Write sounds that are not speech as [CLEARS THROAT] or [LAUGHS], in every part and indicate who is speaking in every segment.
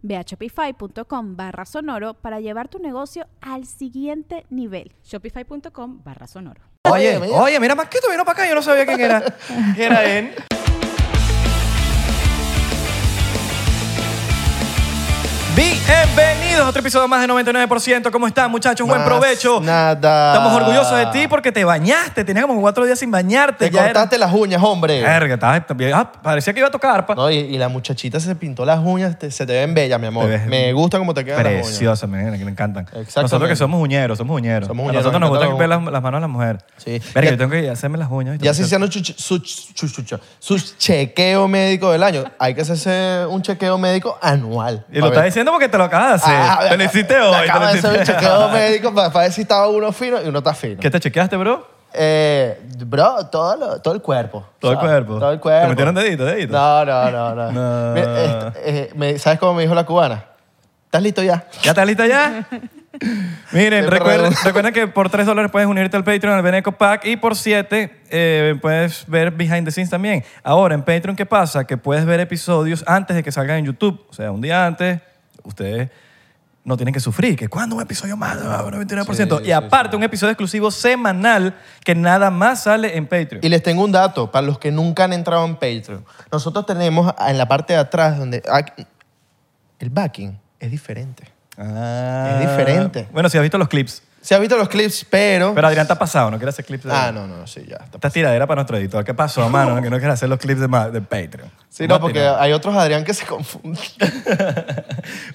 Speaker 1: Ve a shopify.com barra sonoro para llevar tu negocio al siguiente nivel.
Speaker 2: Shopify.com barra sonoro.
Speaker 3: Oye,
Speaker 4: Oye, mira.
Speaker 3: oye, mira, Marquito vino para acá, yo no sabía quién
Speaker 4: [LAUGHS]
Speaker 3: era. ¿Quién era él? Bienvenidos a otro episodio más de 99%. ¿Cómo están, muchachos? Buen
Speaker 4: Más
Speaker 3: provecho.
Speaker 4: nada.
Speaker 3: Estamos orgullosos de ti porque te bañaste. Tenías como cuatro días sin bañarte.
Speaker 4: Te
Speaker 3: ya era-
Speaker 4: cortaste las uñas, hombre.
Speaker 3: Verga, estabas- estabas- ah, parecía que iba a tocar. pa.
Speaker 4: No, y, y la muchachita se pintó las uñas, te- se te ven bellas, mi amor.
Speaker 3: Te ves
Speaker 4: Me gusta cómo te quedan las uñas.
Speaker 3: Preciosa, me, me encantan.
Speaker 4: Exactamente.
Speaker 3: Nosotros que somos uñeros, somos uñeros.
Speaker 4: Somos
Speaker 3: A
Speaker 4: uñeros,
Speaker 3: nosotros
Speaker 4: nos
Speaker 3: nos gusta
Speaker 4: encantan
Speaker 3: ver
Speaker 4: las
Speaker 3: las, las manos de las mujeres.
Speaker 4: Sí.
Speaker 3: Verga,
Speaker 4: Ya-
Speaker 3: yo tengo que hacerme las uñas.
Speaker 4: Ya se hicieron chu- chu- su, chu- chu- chu- su chequeo médico del año. Hay que hacerse un chequeo médico anual.
Speaker 3: Y lo estás diciendo porque te lo acabas de hacer.
Speaker 4: Ah,
Speaker 3: te lo hiciste
Speaker 4: me
Speaker 3: hoy. te
Speaker 4: acabo
Speaker 3: lo
Speaker 4: de hacer un
Speaker 3: hiciste.
Speaker 4: chequeo médico para, para ver si estaba uno fino y uno está
Speaker 3: [LAUGHS]
Speaker 4: fino.
Speaker 3: ¿Qué te chequeaste, bro?
Speaker 4: Eh, bro, todo, lo- todo el cuerpo.
Speaker 3: Todo el cuerpo.
Speaker 4: Todo el cuerpo.
Speaker 3: ¿Te metieron dedito, dedito?
Speaker 4: No, no, no.
Speaker 3: [LAUGHS]
Speaker 4: no.
Speaker 3: No.
Speaker 4: Mira, este, eh, me- ¿Sabes cómo me dijo la cubana? ¿Estás listo ya?
Speaker 3: ¿Ya estás lista
Speaker 4: [LAUGHS]
Speaker 3: ya? Miren,
Speaker 4: Siempre
Speaker 3: recuerden,
Speaker 4: [LAUGHS] pregunto.
Speaker 3: recuerden que por 3 dólares puedes unirte al Patreon, al Beneco Pack, y por 7 eh, puedes ver behind the scenes también. Ahora, en Patreon, ¿qué pasa? Que puedes ver episodios antes de que salgan en YouTube. O sea, un día antes, ustedes no tienen que sufrir, que cuando un episodio más, Ah, bueno, 29%.
Speaker 4: Sí,
Speaker 3: y aparte, un episodio exclusivo semanal que nada más sale en Patreon.
Speaker 4: Y les tengo un dato para los que nunca han entrado en Patreon. Nosotros tenemos en la parte de atrás donde ah, el backing es diferente.
Speaker 3: Ah.
Speaker 4: Es diferente.
Speaker 3: Bueno, si has visto los clips.
Speaker 4: Se han visto los clips, pero...
Speaker 3: Pero Adrián está pasado, no quiere hacer clips de
Speaker 4: ah, no, no, sí, ya. está.
Speaker 3: Esta tiradera para nuestro editor. ¿Qué pasó, mano? Que no quiere hacer los clips de, ma- de Patreon.
Speaker 4: Sí, no, porque hay otros Adrián que se confunden.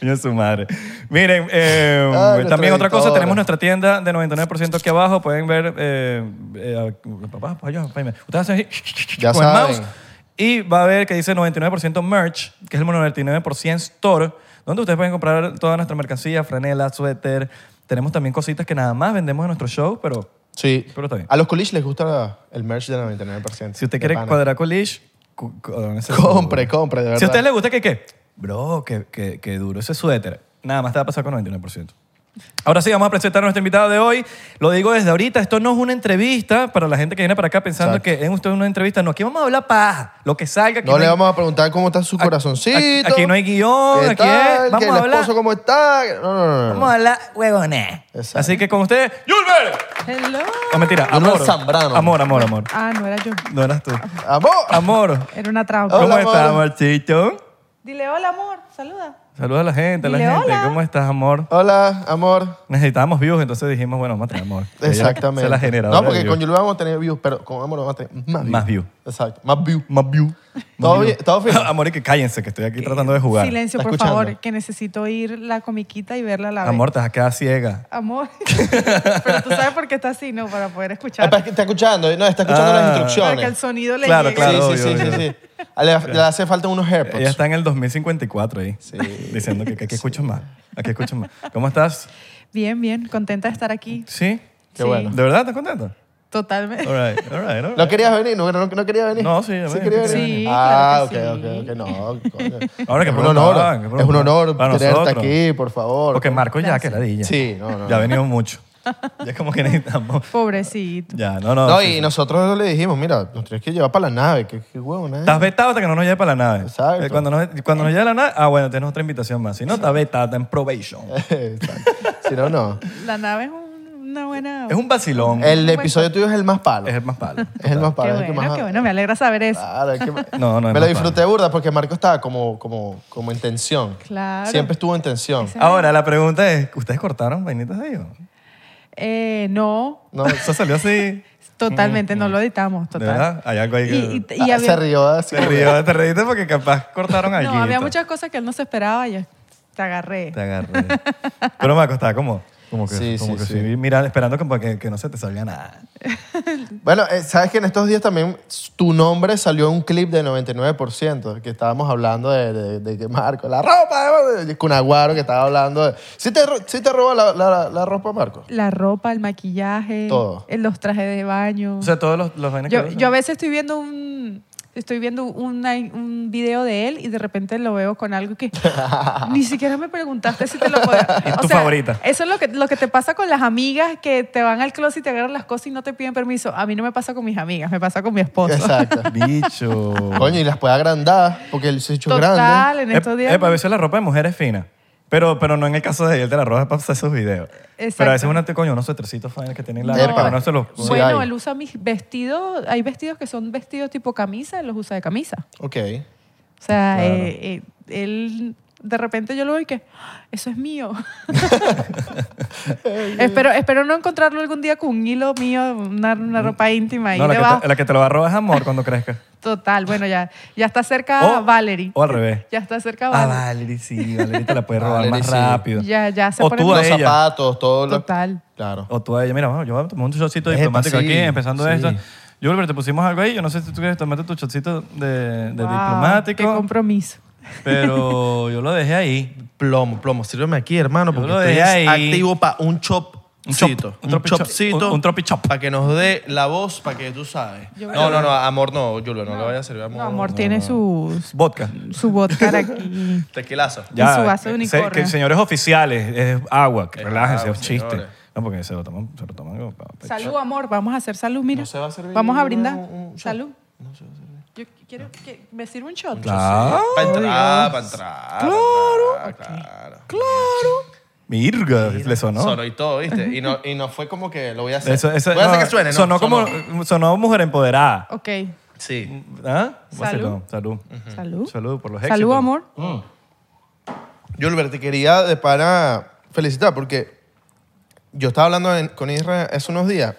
Speaker 3: Yo su madre. Miren, eh,
Speaker 4: Ah, nuestra
Speaker 3: también otra cosa,
Speaker 4: editora.
Speaker 3: tenemos nuestra tienda de 99% aquí abajo. Pueden ver. Eh, eh, papá, papá, yo, págame. Ustedes hacen así
Speaker 4: Ya
Speaker 3: con el
Speaker 4: saben.
Speaker 3: mouse y va a ver que dice 99% merch, que es el 99% store, donde ustedes pueden comprar toda nuestra mercancía, franela, suéter. Tenemos también cositas que nada más vendemos en nuestro show, pero
Speaker 4: Sí.
Speaker 3: Pero está bien.
Speaker 4: A los college les gusta el merch del 99%.
Speaker 3: si usted
Speaker 4: de
Speaker 3: quiere
Speaker 4: pana.
Speaker 3: cuadrar college, cu- cu- háganse su-
Speaker 4: Compre, compre, de verdad.
Speaker 3: Si a usted le gusta que qué, bro, que, que, que duro ese suéter. Nada más te va a pasar con 99%. Ahora sí, vamos a presentar a nuestra invitada de hoy. Lo digo desde ahorita, esto no es una entrevista para la gente que viene para acá pensando
Speaker 4: Exacto.
Speaker 3: que es usted una entrevista. No, aquí vamos a hablar paja, lo que salga. aquí
Speaker 4: No le
Speaker 3: hay-
Speaker 4: vamos a preguntar cómo está su corazoncito.
Speaker 3: aquí- aquí no hay guión,
Speaker 4: qué
Speaker 3: aquí
Speaker 4: tal,
Speaker 3: es, vamos
Speaker 4: que
Speaker 3: a
Speaker 4: el
Speaker 3: hablar.
Speaker 4: esposo cómo está. No, no, no, no.
Speaker 3: vamos a hablar huevones.
Speaker 4: Exacto.
Speaker 3: Así que con ustedes, Julber.
Speaker 5: Hello.
Speaker 3: No, mentira,
Speaker 4: Julber
Speaker 3: amor.
Speaker 4: Zambrano.
Speaker 3: Amor, amor, amor.
Speaker 5: Ah, no era yo.
Speaker 3: No eras tú.
Speaker 4: Amor.
Speaker 3: Amor.
Speaker 5: Era una trampa.
Speaker 3: ¿Cómo
Speaker 4: Hola,
Speaker 3: estás,
Speaker 4: amor.
Speaker 3: amorcito?
Speaker 5: Dile hola, amor. Saluda.
Speaker 3: Saluda a la gente, a la
Speaker 5: Dile
Speaker 3: gente.
Speaker 5: hola.
Speaker 3: ¿Cómo estás, amor?
Speaker 4: Hola, amor.
Speaker 3: Necesitábamos views, entonces dijimos, bueno, vamos a traer amor. Ella
Speaker 4: Exactamente.
Speaker 3: Es la generadora
Speaker 4: no, porque
Speaker 3: de
Speaker 4: con
Speaker 3: views. [LAUGHS]
Speaker 4: Yulu vamos a tener views, pero con amor vamos a tener más views.
Speaker 3: Más views.
Speaker 4: Exacto, más views.
Speaker 3: Más view.
Speaker 4: Todo bien, todo fino.
Speaker 3: [LAUGHS] Amor, y que cállense, que estoy aquí tratando de jugar.
Speaker 5: Silencio,
Speaker 4: Está
Speaker 5: por
Speaker 4: escuchando.
Speaker 5: favor, que necesito oír la comiquita y verla a la vez.
Speaker 3: Amor, te vas a quedar ciega.
Speaker 5: Amor. [LAUGHS] Pero tú sabes por qué está así, ¿no? Para poder
Speaker 4: Ah,
Speaker 5: escuchar.
Speaker 4: pero es que está escuchando, no, está escuchando
Speaker 3: Ah.
Speaker 4: las
Speaker 5: Para que el
Speaker 4: instrucciones.
Speaker 5: sonido le
Speaker 3: Claro,
Speaker 5: llegue.
Speaker 3: claro.
Speaker 4: sí, sí,
Speaker 3: obvio,
Speaker 4: sí,
Speaker 3: obvio.
Speaker 4: sí,
Speaker 3: [LAUGHS]
Speaker 4: sí. Ah, Le, le hace falta unos AirPods.
Speaker 3: Ella está en el 2054 ahí,
Speaker 4: Sí.
Speaker 3: [LAUGHS] diciendo que, que aquí escucho más. Aquí escucho más. ¿Cómo estás?
Speaker 5: Bien, bien. Contenta de estar aquí.
Speaker 3: ¿Sí?
Speaker 4: Qué
Speaker 5: Sí.
Speaker 4: bueno.
Speaker 3: ¿De verdad estás contenta?
Speaker 5: Totalmente.
Speaker 3: All right, all right, all right.
Speaker 4: ¿No querías venir? ¿No, no, no querías venir?
Speaker 3: No, sí, ya
Speaker 4: ¿Sí
Speaker 3: ven,
Speaker 4: querías
Speaker 3: sí,
Speaker 4: venir?
Speaker 5: claro
Speaker 4: ah,
Speaker 5: que
Speaker 4: ok,
Speaker 5: sí.
Speaker 4: ok, ok. No, coño.
Speaker 3: Ahora que
Speaker 4: es un
Speaker 3: preguntaban, que
Speaker 4: honor. Es un
Speaker 3: preguntaban.
Speaker 4: honor
Speaker 3: Para
Speaker 4: tenerte
Speaker 3: nosotros.
Speaker 4: aquí, por favor.
Speaker 3: Porque Marco ya, que ladilla.
Speaker 4: Sí, no, no.
Speaker 3: Ya ha venido mucho. Ya es como que necesitamos.
Speaker 5: Pobrecito.
Speaker 3: Ya, no, no.
Speaker 4: No,
Speaker 3: sí,
Speaker 4: y
Speaker 3: sí.
Speaker 4: nosotros le dijimos, mira, nos tienes que ¿eh? llevar para la nave. Qué, qué huevo, nada.
Speaker 3: Estás vetado hasta que no nos lleve para la nave.
Speaker 4: Exacto.
Speaker 3: Eh, Cuando nos, cuando nos lleve la nave, ah, bueno, tienes otra invitación más. Si no, estás vetado, estás en probation.
Speaker 4: Exacto. [LAUGHS] si no, no.
Speaker 5: La nave es un- una buena...
Speaker 3: Es un vacilón.
Speaker 4: El episodio tuyo es el más palo.
Speaker 3: Es
Speaker 4: Es
Speaker 3: el más
Speaker 5: [LAUGHS]
Speaker 3: palo.
Speaker 4: el más
Speaker 5: Qué
Speaker 4: palo. es el que
Speaker 5: bueno,
Speaker 4: más-
Speaker 5: qué bueno. Me alegra saber eso.
Speaker 4: Claro,
Speaker 3: [LAUGHS]
Speaker 4: es que-
Speaker 3: No, no, es
Speaker 4: Me lo
Speaker 3: más
Speaker 4: disfruté burda porque Marco estaba como, como, como en tensión.
Speaker 5: Claro.
Speaker 4: Siempre estuvo en tensión.
Speaker 3: Ahora, la pregunta es, ¿ustedes cortaron vainitas de ellos?
Speaker 5: Eh, no.
Speaker 4: No,
Speaker 3: Eso salió así.
Speaker 5: Totalmente, no lo editamos,
Speaker 3: ¿De
Speaker 5: total.
Speaker 3: verdad? Hay algo ahí que...
Speaker 5: Y, y- y
Speaker 4: Ah,
Speaker 5: había-
Speaker 4: Se rió así.
Speaker 3: Te, río- te reíste porque capaz cortaron algo.
Speaker 5: no, había muchas cosas que él no se esperaba y yo te agarré.
Speaker 3: Te agarré. Pero me acostaba como, como que,
Speaker 4: Sí,
Speaker 3: como
Speaker 4: sí,
Speaker 3: que
Speaker 4: sí.
Speaker 3: sí, mira, esperando como que, que no se te salga nada.
Speaker 4: Bueno, eh, sabes que en estos días también tu nombre salió en un clip del 99%, que estábamos hablando de, de, de que Marco, la ropa, eh, de Cunaguaro, que estaba hablando de... ¿Sí te, ro- sí te roba la, la- la ropa, Marco?
Speaker 5: La ropa, el maquillaje,
Speaker 4: Todo.
Speaker 5: el- los trajes de baño.
Speaker 3: O sea, todos los, los vainas
Speaker 5: Mm. yo,
Speaker 3: que
Speaker 5: yo a veces estoy viendo un estoy viendo una- un video de él y de repente lo veo con
Speaker 3: [LAUGHS]
Speaker 5: algo que ni siquiera me preguntaste si te lo podía.
Speaker 3: Y tu favorita.
Speaker 5: Eso es lo que, lo que te pasa con las amigas que te van al closet y te agarran las cosas y no te piden permiso. A mí no me pasa con mis amigas, me pasa con mi esposo.
Speaker 4: Exacto.
Speaker 3: Bicho.
Speaker 4: [LAUGHS] Coño, y las puede agrandar, porque el sitio es grande.
Speaker 5: Total, en estos días.
Speaker 3: a veces la ropa de mujer es fina. Pero, pero no en el caso de él, te la roba para hacer sus videos.
Speaker 5: Exacto.
Speaker 3: Pero a veces uno te coño, unos suetercitos fines que tienen la
Speaker 4: No.
Speaker 3: ropa, no se los
Speaker 4: Sí,
Speaker 5: bueno,
Speaker 4: hay.
Speaker 5: él usa mis vestidos, hay vestidos que son vestidos tipo camisa, él los usa de camisa.
Speaker 4: Ok.
Speaker 5: O sea,
Speaker 3: Claro.
Speaker 5: eh, eh, él de repente yo lo veo y que "Ah, eso
Speaker 3: [LAUGHS]
Speaker 5: es mío. espero, espero no encontrarlo algún día con un hilo mío, una, una ropa íntima ahí
Speaker 3: Mm. No, la que,
Speaker 5: debajo.
Speaker 3: te, la que te lo va a robar es amor cuando crezca.
Speaker 5: Total, bueno, ya, ya está cerca
Speaker 3: O-
Speaker 5: Valerie.
Speaker 3: o al revés.
Speaker 5: Ya está cerca
Speaker 3: Oh, Ah, Valerie,
Speaker 5: Valerie.
Speaker 3: sí, Valerie te la
Speaker 5: [LAUGHS]
Speaker 3: puede robar
Speaker 4: Valerie,
Speaker 3: más
Speaker 4: sí.
Speaker 3: rápido.
Speaker 5: Ya, ya se
Speaker 3: O
Speaker 5: pone
Speaker 3: tú
Speaker 5: en-
Speaker 3: a
Speaker 4: Los
Speaker 3: ella.
Speaker 4: zapatos, todo lo...
Speaker 5: Total.
Speaker 4: Claro.
Speaker 3: O tú a ella, mira, bueno, yo voy a tomar un shotcito
Speaker 4: Epa,
Speaker 3: diplomático
Speaker 4: sí,
Speaker 3: aquí, empezando
Speaker 4: sí.
Speaker 3: esto. Julber, te pusimos algo ahí. Yo no sé si tú quieres tomarte tu shotcito de, de
Speaker 5: Wow,
Speaker 3: diplomático.
Speaker 5: Qué compromiso. [LAUGHS]
Speaker 3: Pero yo lo dejé ahí.
Speaker 4: Plomo, plomo, sírveme aquí, hermano,
Speaker 3: Yo
Speaker 4: porque
Speaker 3: lo
Speaker 4: estoy
Speaker 3: dejé ahí.
Speaker 4: activo para un chop.
Speaker 3: Un chop, un
Speaker 4: un,
Speaker 3: tropi chop,
Speaker 4: chopcito.
Speaker 3: un- un tropi chop.
Speaker 4: Para que nos dé la voz, para que tú sabes.
Speaker 5: Yo-
Speaker 4: no, no, no, amor no, Julio, no, le vaya a servir amor.
Speaker 5: No, amor, tiene su,
Speaker 3: Vodka.
Speaker 5: su vodka aquí.
Speaker 3: [LAUGHS]
Speaker 4: Tequilazo.
Speaker 5: su vaso de
Speaker 3: eh,
Speaker 5: unicornio.
Speaker 3: que señores oficiales, es agua, que
Speaker 4: Es
Speaker 3: relájense,
Speaker 4: agua,
Speaker 3: es un chiste.
Speaker 4: señores.
Speaker 3: No, porque se lo toman, se lo toman. como pa- pa-
Speaker 5: Salud, amor. Vamos a hacer salud, mira.
Speaker 4: No se va a servir
Speaker 5: Vamos a
Speaker 4: una-
Speaker 5: brindar.
Speaker 4: un- un shot.
Speaker 5: salud. Yo quiero que me sirva un shot.
Speaker 3: Claro.
Speaker 4: Para entrar, para entrar. Claro. Claro.
Speaker 3: Mirga, le sonó.
Speaker 4: Sonó y todo, ¿viste? Y no, y no fue como que lo voy a hacer.
Speaker 3: Eso, eso-
Speaker 4: voy a hacer
Speaker 3: no,
Speaker 4: que suene, ¿no?
Speaker 3: Sonó como, sonó mujer empoderada.
Speaker 5: Ok.
Speaker 4: Sí.
Speaker 3: ¿Ah?
Speaker 5: Salud.
Speaker 3: Vacilón, Salud.
Speaker 5: Salud.
Speaker 3: Salud por los éxitos.
Speaker 5: Salud, amor.
Speaker 4: Julber, te quería de pana felicitar porque yo estaba hablando en- con Israel hace unos días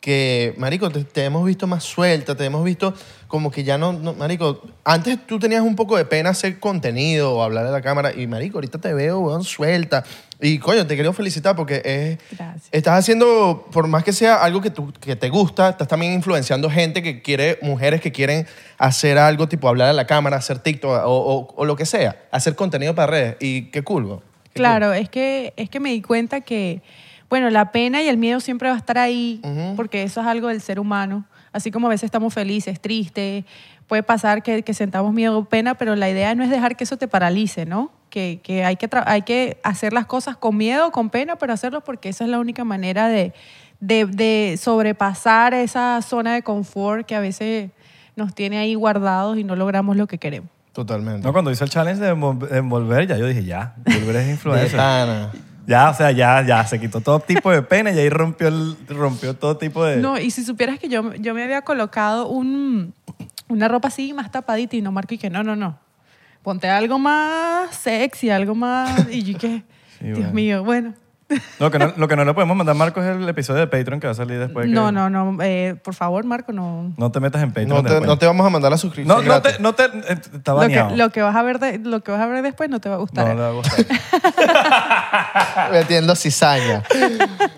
Speaker 4: que, marico, te, te hemos visto más suelta, te hemos visto como que ya no, no- marico, antes tú tenías un poco de pena hacer contenido o hablar a la cámara y, marico, ahorita te veo, weón, suelta. Y, coño, te quería felicitar porque es...
Speaker 5: Gracias.
Speaker 4: Estás haciendo, por más que sea algo que, tú- que te gusta, estás también influenciando gente que quiere, mujeres que quieren hacer algo, tipo hablar a la cámara, hacer TikTok o, o- o lo que sea, hacer contenido para redes. Y qué cool, bro. Qué
Speaker 5: Claro, es que, es que me di cuenta que, bueno, la pena y el miedo siempre va a estar ahí, porque eso es algo del ser humano. Así como a veces estamos felices, tristes, puede pasar que, que sentamos miedo o pena, pero la idea no es dejar que eso te paralice, ¿no? Que, que hay, que tra- hay que hacer las cosas con miedo o con pena, pero hacerlo porque esa es la única manera de, de- de sobrepasar esa zona de confort que a veces nos tiene ahí guardados y no logramos lo que queremos.
Speaker 4: cool. Totalmente.
Speaker 3: No, cuando hice el challenge de envol- de envolver, ya yo dije, ya, volver es
Speaker 4: De
Speaker 3: influencer.
Speaker 4: pana.
Speaker 3: Ya, o sea, ya, ya, se quitó todo tipo de pena y ahí rompió, el, rompió todo tipo de...
Speaker 5: No, y si supieras que yo, yo me había colocado un, una ropa así más tapadita y no marco y que no, no, no. Ponte algo más sexy, algo más. Y yo que,
Speaker 3: [LAUGHS] Sí,
Speaker 5: Dios
Speaker 3: bueno.
Speaker 5: mío, bueno.
Speaker 3: Lo que no, lo que no le podemos mandar, Marco, es el episodio de Patreon que va a salir después. que-
Speaker 5: No, no, no. eh, por favor, Marco, no.
Speaker 3: No te metas en
Speaker 4: No
Speaker 3: Patreon
Speaker 4: te,
Speaker 3: después.
Speaker 4: no te vamos a mandar la suscripción.
Speaker 3: No, no
Speaker 4: gratis.
Speaker 3: te... No te eh, está
Speaker 5: Lo
Speaker 3: baneado.
Speaker 5: que, lo que vas a ver de- lo que vas a ver después no te va a
Speaker 3: No
Speaker 5: gustar.
Speaker 3: le va a gustar. Ah.
Speaker 4: Metiendo cizaña.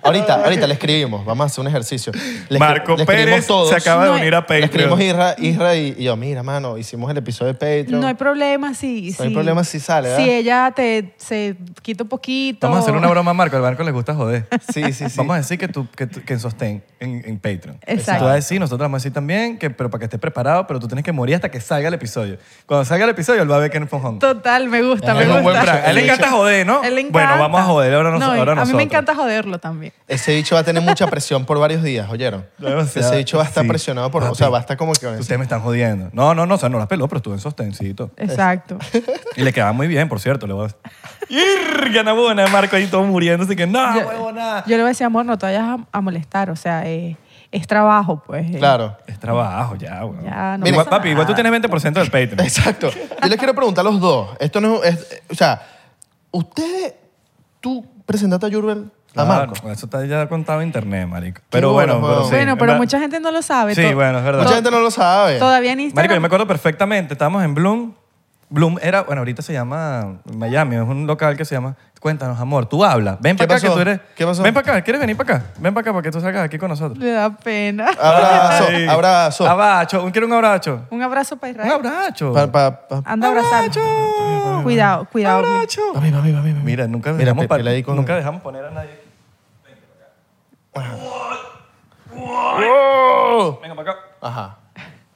Speaker 4: ahorita, ahorita le escribimos. Vamos a hacer un ejercicio. Le escri-
Speaker 3: Marco
Speaker 4: le escribimos
Speaker 3: Pérez
Speaker 4: todos.
Speaker 3: se acaba de
Speaker 5: No,
Speaker 3: unir a
Speaker 4: Le escribimos
Speaker 3: Patreon.
Speaker 4: Isra, Isra y, y yo, mira, mano, hicimos el episodio de Patreon.
Speaker 5: No hay problema si.
Speaker 4: No hay
Speaker 5: si-
Speaker 4: problema si sale, ¿verdad?
Speaker 5: Si ella te se quita un poquito.
Speaker 3: Vamos a hacer una broma a Marco. Al Marco le gusta joder.
Speaker 4: Sí, sí, sí.
Speaker 3: Vamos a decir que, tú, que, tú- que en sostén en, en Patreon.
Speaker 5: Exacto.
Speaker 3: Tú vas a decir, nosotros vamos a decir también, que, pero para que estés preparado, pero tú tienes que morir hasta que salga el episodio. Cuando salga el episodio, él va a ver que no fue un
Speaker 5: [LAUGHS] Total, me gusta, me
Speaker 4: Es
Speaker 5: gusta.
Speaker 4: un buen plan.
Speaker 3: A él le encanta joder, ¿no?
Speaker 5: Él le encanta.
Speaker 3: Bueno, vamos a joder ahora, nos-
Speaker 5: No, y
Speaker 3: ahora
Speaker 5: a mí
Speaker 3: nosotros.
Speaker 5: me encanta joderlo también.
Speaker 4: Ese bicho va a tener mucha presión por varios días, ¿oyeron?
Speaker 3: Demasiado.
Speaker 4: Ese bicho va a estar
Speaker 3: Sí.
Speaker 4: presionado por... O
Speaker 3: Papi.
Speaker 4: sea, va a estar como que...
Speaker 3: Ustedes me están jodiendo. No, no, no, o sea, no las peló, pero estuve en sostencito. [LAUGHS]
Speaker 5: Exacto.
Speaker 3: Y le quedaba muy bien, por cierto. Le voy a...
Speaker 5: [LAUGHS]
Speaker 3: ¡Ir! Gana buena, Marco, ahí todo muriéndose que no,
Speaker 5: Yo-
Speaker 3: huevona.
Speaker 5: Yo le decía, amor, no te vayas a, a molestar, o sea, eh, es trabajo, pues. eh.
Speaker 4: Claro.
Speaker 3: Es trabajo, ya, huevón.
Speaker 5: Ya, no
Speaker 3: Igual,
Speaker 5: pasa
Speaker 3: papi, igual tú
Speaker 5: nada.
Speaker 3: tienes 20% del
Speaker 5: [LAUGHS]
Speaker 3: Patreon.
Speaker 4: Exacto. Yo les quiero preguntar a los dos. Esto no es... es- o sea, ustedes... Tú presentaste a Jurgen ¿A Marco?
Speaker 3: Eso está ya contado en internet, marico. Pero
Speaker 4: bolas,
Speaker 3: bueno, pero
Speaker 4: huevón.
Speaker 3: sí.
Speaker 5: bueno,
Speaker 3: en
Speaker 5: pero
Speaker 3: verdad-
Speaker 5: mucha gente no lo sabe.
Speaker 3: Sí,
Speaker 5: To-
Speaker 3: bueno, es verdad.
Speaker 4: Mucha
Speaker 5: to-
Speaker 4: gente no lo sabe.
Speaker 5: Todavía en
Speaker 3: Marico, yo
Speaker 5: Instagram.
Speaker 3: me acuerdo perfectamente. Estábamos en Bloom. Bloom era, bueno, ahorita se llama Miami, es un local que se llama Cuéntanos, amor, tú hablas. Ven
Speaker 4: ¿Qué
Speaker 3: para acá
Speaker 4: pasó?
Speaker 3: que tú eres.
Speaker 4: ¿Qué pasó?
Speaker 3: Ven para acá, ¿quieres venir para acá? Ven para acá para que tú salgas aquí con nosotros.
Speaker 5: Le da pena. [LAUGHS]
Speaker 4: Abrazo,
Speaker 3: Ay.
Speaker 4: abrazo.
Speaker 3: Abrazo, un- quiero un abrazo.
Speaker 5: Un abrazo para
Speaker 3: Un
Speaker 5: Israel.
Speaker 3: abrazo.
Speaker 4: Pa- pa- pa-
Speaker 5: Anda a abrazar. Cuidado, cuidado.
Speaker 3: Abrazo.
Speaker 4: Mami, mami, mami, mami.
Speaker 3: Mira, nunca
Speaker 4: Mira,
Speaker 3: dejamos,
Speaker 4: Pepe,
Speaker 3: pa-
Speaker 4: la di con-
Speaker 3: nunca dejamos poner a nadie.
Speaker 4: ¡Oh!
Speaker 3: Venga para acá.
Speaker 4: Ajá.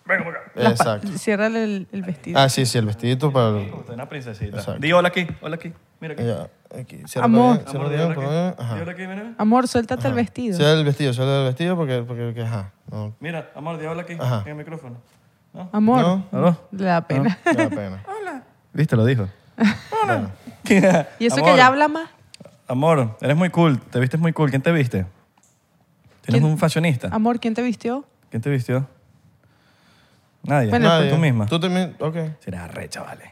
Speaker 3: Venga para acá.
Speaker 4: Exacto.
Speaker 5: Ciérrale el, el vestido.
Speaker 4: Ah, sí, sí, el vestidito para.
Speaker 3: Usted es una princesita.
Speaker 4: Exacto.
Speaker 3: Di hola aquí, hola aquí. Mira aquí.
Speaker 4: Ya, aquí. Cierra
Speaker 5: Amor.
Speaker 4: bien, cierra
Speaker 3: Amor, di
Speaker 4: bien,
Speaker 3: hola aquí.
Speaker 4: por- Ajá.
Speaker 3: Di hola aquí, mira.
Speaker 5: Amor, suéltate el vestido.
Speaker 4: Cierra el vestido, cierra el vestido porque. porque, porque- ajá. No,
Speaker 3: Mira, amor, di hola aquí.
Speaker 4: Ajá.
Speaker 3: En el micrófono. ¿No?
Speaker 5: Amor,
Speaker 4: No.
Speaker 3: ¿Aló?
Speaker 5: le da pena.
Speaker 4: no
Speaker 3: [LAUGHS]
Speaker 4: da pena.
Speaker 3: ¿Viste? Lo dijo. [LAUGHS]
Speaker 5: [LAUGHS] Y eso que ya habla más.
Speaker 3: Amor, eres muy cool. Te vistes muy cool. ¿Quién te viste? ¿Tienes
Speaker 5: ¿Quién?
Speaker 3: un fashionista?
Speaker 5: Amor, ¿quién te vistió?
Speaker 3: ¿Quién te vistió? Nadie.
Speaker 5: Bueno,
Speaker 4: Nadie.
Speaker 3: tú misma.
Speaker 4: Tú también. Ok.
Speaker 3: Será re, chavales.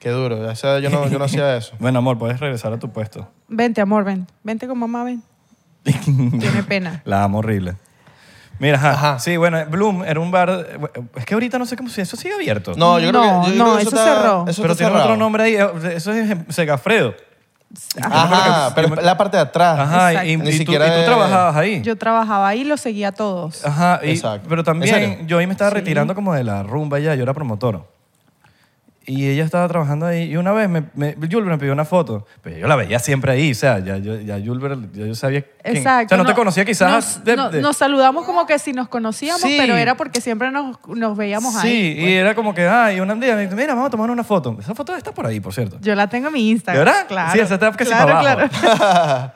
Speaker 4: Qué duro. O sea, yo no, yo no
Speaker 3: [LAUGHS]
Speaker 4: hacía eso.
Speaker 3: Bueno, amor, puedes regresar a tu puesto.
Speaker 5: Vente, amor, ven. Vente con
Speaker 3: [LAUGHS]
Speaker 5: mamá, ven. Tiene pena.
Speaker 3: La amo horrible. Mira, ajá.
Speaker 4: Ajá.
Speaker 3: Sí, bueno, Bloom era un bar. eh, Es que ahorita no sé cómo si eso sigue abierto.
Speaker 4: No, yo creo
Speaker 5: No,
Speaker 4: que. yo
Speaker 5: no,
Speaker 4: creo que
Speaker 5: eso
Speaker 4: está-
Speaker 5: cerró.
Speaker 4: eso
Speaker 3: pero
Speaker 4: está
Speaker 3: tiene otro
Speaker 4: cerrado.
Speaker 3: nombre ahí. eh, Eso es en Segafredo. Ah.
Speaker 4: Ajá, pero la parte de atrás.
Speaker 3: Ajá,
Speaker 5: Exacto.
Speaker 3: y, y
Speaker 4: Ah, Ni
Speaker 3: tú, y
Speaker 4: siquiera
Speaker 3: tú
Speaker 4: de-
Speaker 3: trabajabas ahí.
Speaker 5: Yo trabajaba ahí y lo seguía a todos.
Speaker 3: Ajá, y-
Speaker 4: Exacto.
Speaker 3: pero
Speaker 4: ¿En
Speaker 3: también
Speaker 4: serio?
Speaker 3: yo ahí me estaba retirando como de la rumba ya, yo era promotor. Y ella estaba trabajando ahí y una vez me, me, Julber me pidió una foto, pero yo la veía siempre ahí, o sea, ya, yo- ya Julber, ya yo sabía quién.
Speaker 5: Exacto.
Speaker 3: O sea, no, te conocía quizás.
Speaker 5: Nos,
Speaker 3: de-
Speaker 5: no-
Speaker 3: de-
Speaker 5: nos saludamos como que si nos conocíamos,
Speaker 3: Sí.
Speaker 5: pero era porque siempre nos, nos veíamos
Speaker 3: sí,
Speaker 5: ahí. pues.
Speaker 3: y era como que, ay, un día me dice, mira, vamos a tomar una foto. Esa foto está por ahí, por cierto.
Speaker 5: Yo la tengo en mi
Speaker 3: ¿De
Speaker 5: Instagram.
Speaker 3: verdad?
Speaker 5: Claro.
Speaker 3: Sí, esa está casi
Speaker 5: claro,
Speaker 3: para abajo. [LAUGHS]
Speaker 5: claro.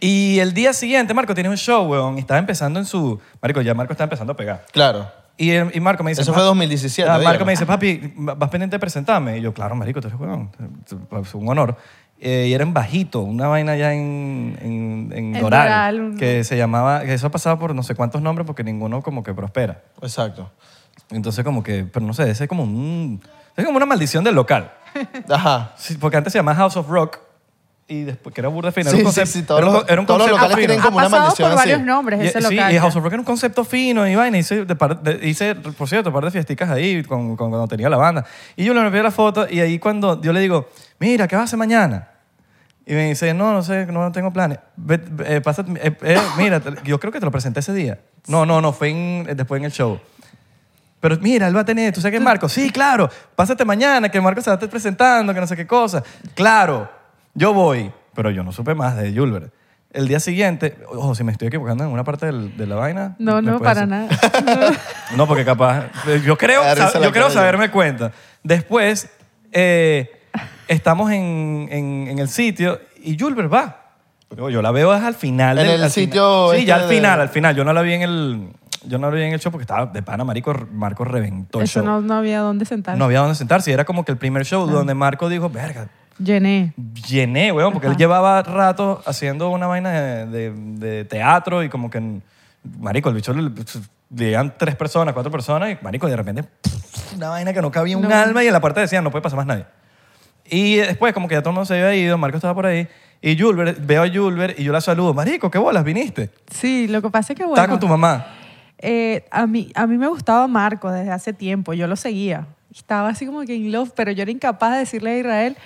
Speaker 3: Y el día siguiente, Marco tiene un show, weón, y estaba empezando en su... Marico, ya Marco estaba empezando a pegar.
Speaker 4: Claro.
Speaker 3: Y, él- y Marco me dice...
Speaker 4: Eso fue
Speaker 3: "Ma-
Speaker 4: 2017.
Speaker 3: Ah, Marco
Speaker 4: dígame.
Speaker 3: me dice, papi, ¿vas pendiente de presentarme? Y yo, claro, marico, tú eres huevón. Es un honor. Eh, y era en Bajito, una vaina allá en, en, en
Speaker 5: En
Speaker 3: Doral,
Speaker 5: Doral, un-
Speaker 3: que se llamaba, que eso ha pasado por no sé cuántos nombres porque ninguno como que prospera.
Speaker 4: Exacto.
Speaker 3: Entonces como que, pero no sé, ese es como un, es como una maldición del local.
Speaker 4: Ajá.
Speaker 3: Sí, porque antes se llamaba House of Rock y después que era burda fino. Era
Speaker 4: Sí,
Speaker 3: un
Speaker 4: sí,
Speaker 3: concepto-
Speaker 4: sí, todos
Speaker 3: era un
Speaker 4: los-
Speaker 3: con- era un
Speaker 4: todos los
Speaker 3: concepto
Speaker 4: locales
Speaker 3: fino.
Speaker 4: tienen como una
Speaker 5: ha pasado
Speaker 4: maldición
Speaker 5: por
Speaker 4: así.
Speaker 5: varios nombres
Speaker 3: Y-
Speaker 5: ese
Speaker 3: sí,
Speaker 5: local.
Speaker 3: y
Speaker 5: ya.
Speaker 3: House of Rock era un concepto fino y vaina. Hice, de par- de- hice, por cierto, un par de fiesticas ahí con, con- cuando tenía la banda. Y yo le envié la foto y ahí cuando yo le digo, mira, ¿qué vas a hacer mañana? Y me dice, no, no sé, no tengo planes. Ve- ve- eh, pasa- eh, eh, mira, te- yo creo que te lo presenté ese día. No, no, no, fue en- eh, después en el show. Pero mira, él va a tener, ¿tú sabes que es Marco? Sí, claro, pásate mañana, que Marco se va a estar presentando, que no sé qué cosa. Claro, yo voy. Pero yo no supe más de Julber. El día siguiente, ojo, si me estoy equivocando en una parte del- de la vaina.
Speaker 5: No,
Speaker 3: me
Speaker 5: no,
Speaker 3: puedes
Speaker 5: para
Speaker 3: decir.
Speaker 5: nada.
Speaker 3: [LAUGHS] No, porque capaz. Yo creo,
Speaker 4: Da risa
Speaker 3: sab-
Speaker 4: la
Speaker 3: yo creo
Speaker 4: cara de-
Speaker 3: saberme cuenta. Después, eh, estamos en, en- en el sitio y Julber va. Yo, yo la veo es al final.
Speaker 4: En
Speaker 3: del-
Speaker 4: el
Speaker 3: al
Speaker 4: sitio
Speaker 3: final. Sí, ya
Speaker 4: este
Speaker 3: al
Speaker 4: de-
Speaker 3: final, al final. Yo no la vi en el. Yo no la vi en el show porque estaba de pana, marico. Marco reventó el
Speaker 5: Eso
Speaker 3: show.
Speaker 5: no, no había dónde sentarse.
Speaker 3: No había dónde sentarse. y Era como que el primer show donde Marco dijo, verga,
Speaker 5: Llené.
Speaker 3: llené, weón, porque él llevaba rato haciendo una vaina de, de- de teatro y como que, marico, el bicho le, le llegan tres personas, cuatro personas y, marico, de repente, una vaina que no cabía un
Speaker 5: No.
Speaker 3: alma y en la parte decían, no puede pasar más nadie. Y después, como que ya todo el mundo se había ido, Marco estaba por ahí y Julber, veo a Julber y yo la saludo, marico, qué bolas, viniste.
Speaker 5: Sí, lo que pasa es que bueno.
Speaker 3: Estaba con tu mamá.
Speaker 5: eh, a, mí, a mí me gustaba Marco desde hace tiempo, yo lo seguía. Estaba así como que in love, pero yo era incapaz de decirle a Israel,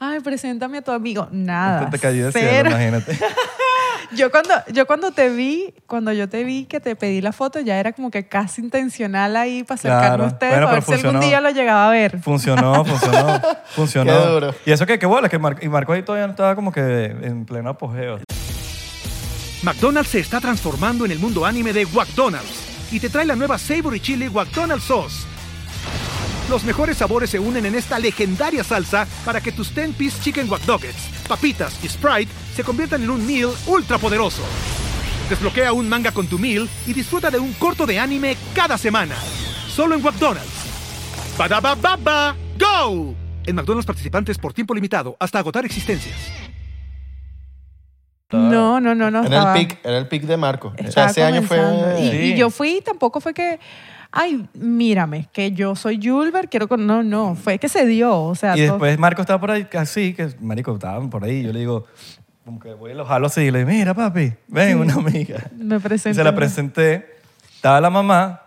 Speaker 5: ay, preséntame a tu amigo. Nada.
Speaker 3: Te cayó del cielo,
Speaker 5: Ah, cero.
Speaker 3: imagínate. [LAUGHS]
Speaker 5: Yo cuando, yo cuando te vi, cuando yo te vi que te pedí la foto, ya era como que casi intencional ahí para acercarme
Speaker 3: Claro.
Speaker 5: a ustedes,
Speaker 3: Bueno,
Speaker 5: a ver
Speaker 3: pero
Speaker 5: si algún
Speaker 3: funcionó.
Speaker 5: día lo llegaba a ver.
Speaker 3: Funcionó,
Speaker 5: [LAUGHS]
Speaker 3: funcionó, funcionó.
Speaker 4: Qué duro.
Speaker 3: Y eso que, qué bolas, que Mar- y Marco ahí todavía no estaba como que en pleno apogeo.
Speaker 6: McDonald's se está transformando en el mundo anime de McDonald's y te trae la nueva Savory Chili McDonald's Sauce. Los mejores sabores se unen en esta legendaria salsa para que tus 10-piece chicken Wack Doggets, papitas y Sprite se conviertan en un meal ultra poderoso. Desbloquea un manga con tu meal y disfruta de un corto de anime cada semana. Solo en McDonald's. ba baba! ¡Go! En McDonald's participantes por tiempo limitado hasta agotar existencias.
Speaker 5: No, no, no, no.
Speaker 4: Era
Speaker 5: estaba-
Speaker 4: el pick, era el pick de Marco. O sea,
Speaker 5: estaba
Speaker 4: ese año fue.
Speaker 5: comenzando. Y,
Speaker 3: Sí.
Speaker 5: y yo fui, tampoco fue que, ay, mírame, que yo soy Julber, quiero con... No, no, fue que se dio, o sea,
Speaker 3: Y
Speaker 5: todo-
Speaker 3: después Marco estaba por ahí, así, que marico, estaban por ahí. Yo le digo, como que voy y lo jalo así y le digo, mira papi, ven una amiga.
Speaker 5: Me
Speaker 3: Y
Speaker 5: presenté.
Speaker 3: se la presenté, estaba la mamá.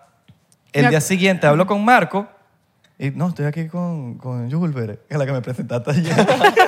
Speaker 3: El
Speaker 5: Me
Speaker 3: día
Speaker 5: ac-
Speaker 3: siguiente hablo con Marco y no, estoy aquí con, con Julber, que es la que me presentaste ayer.
Speaker 5: [LAUGHS]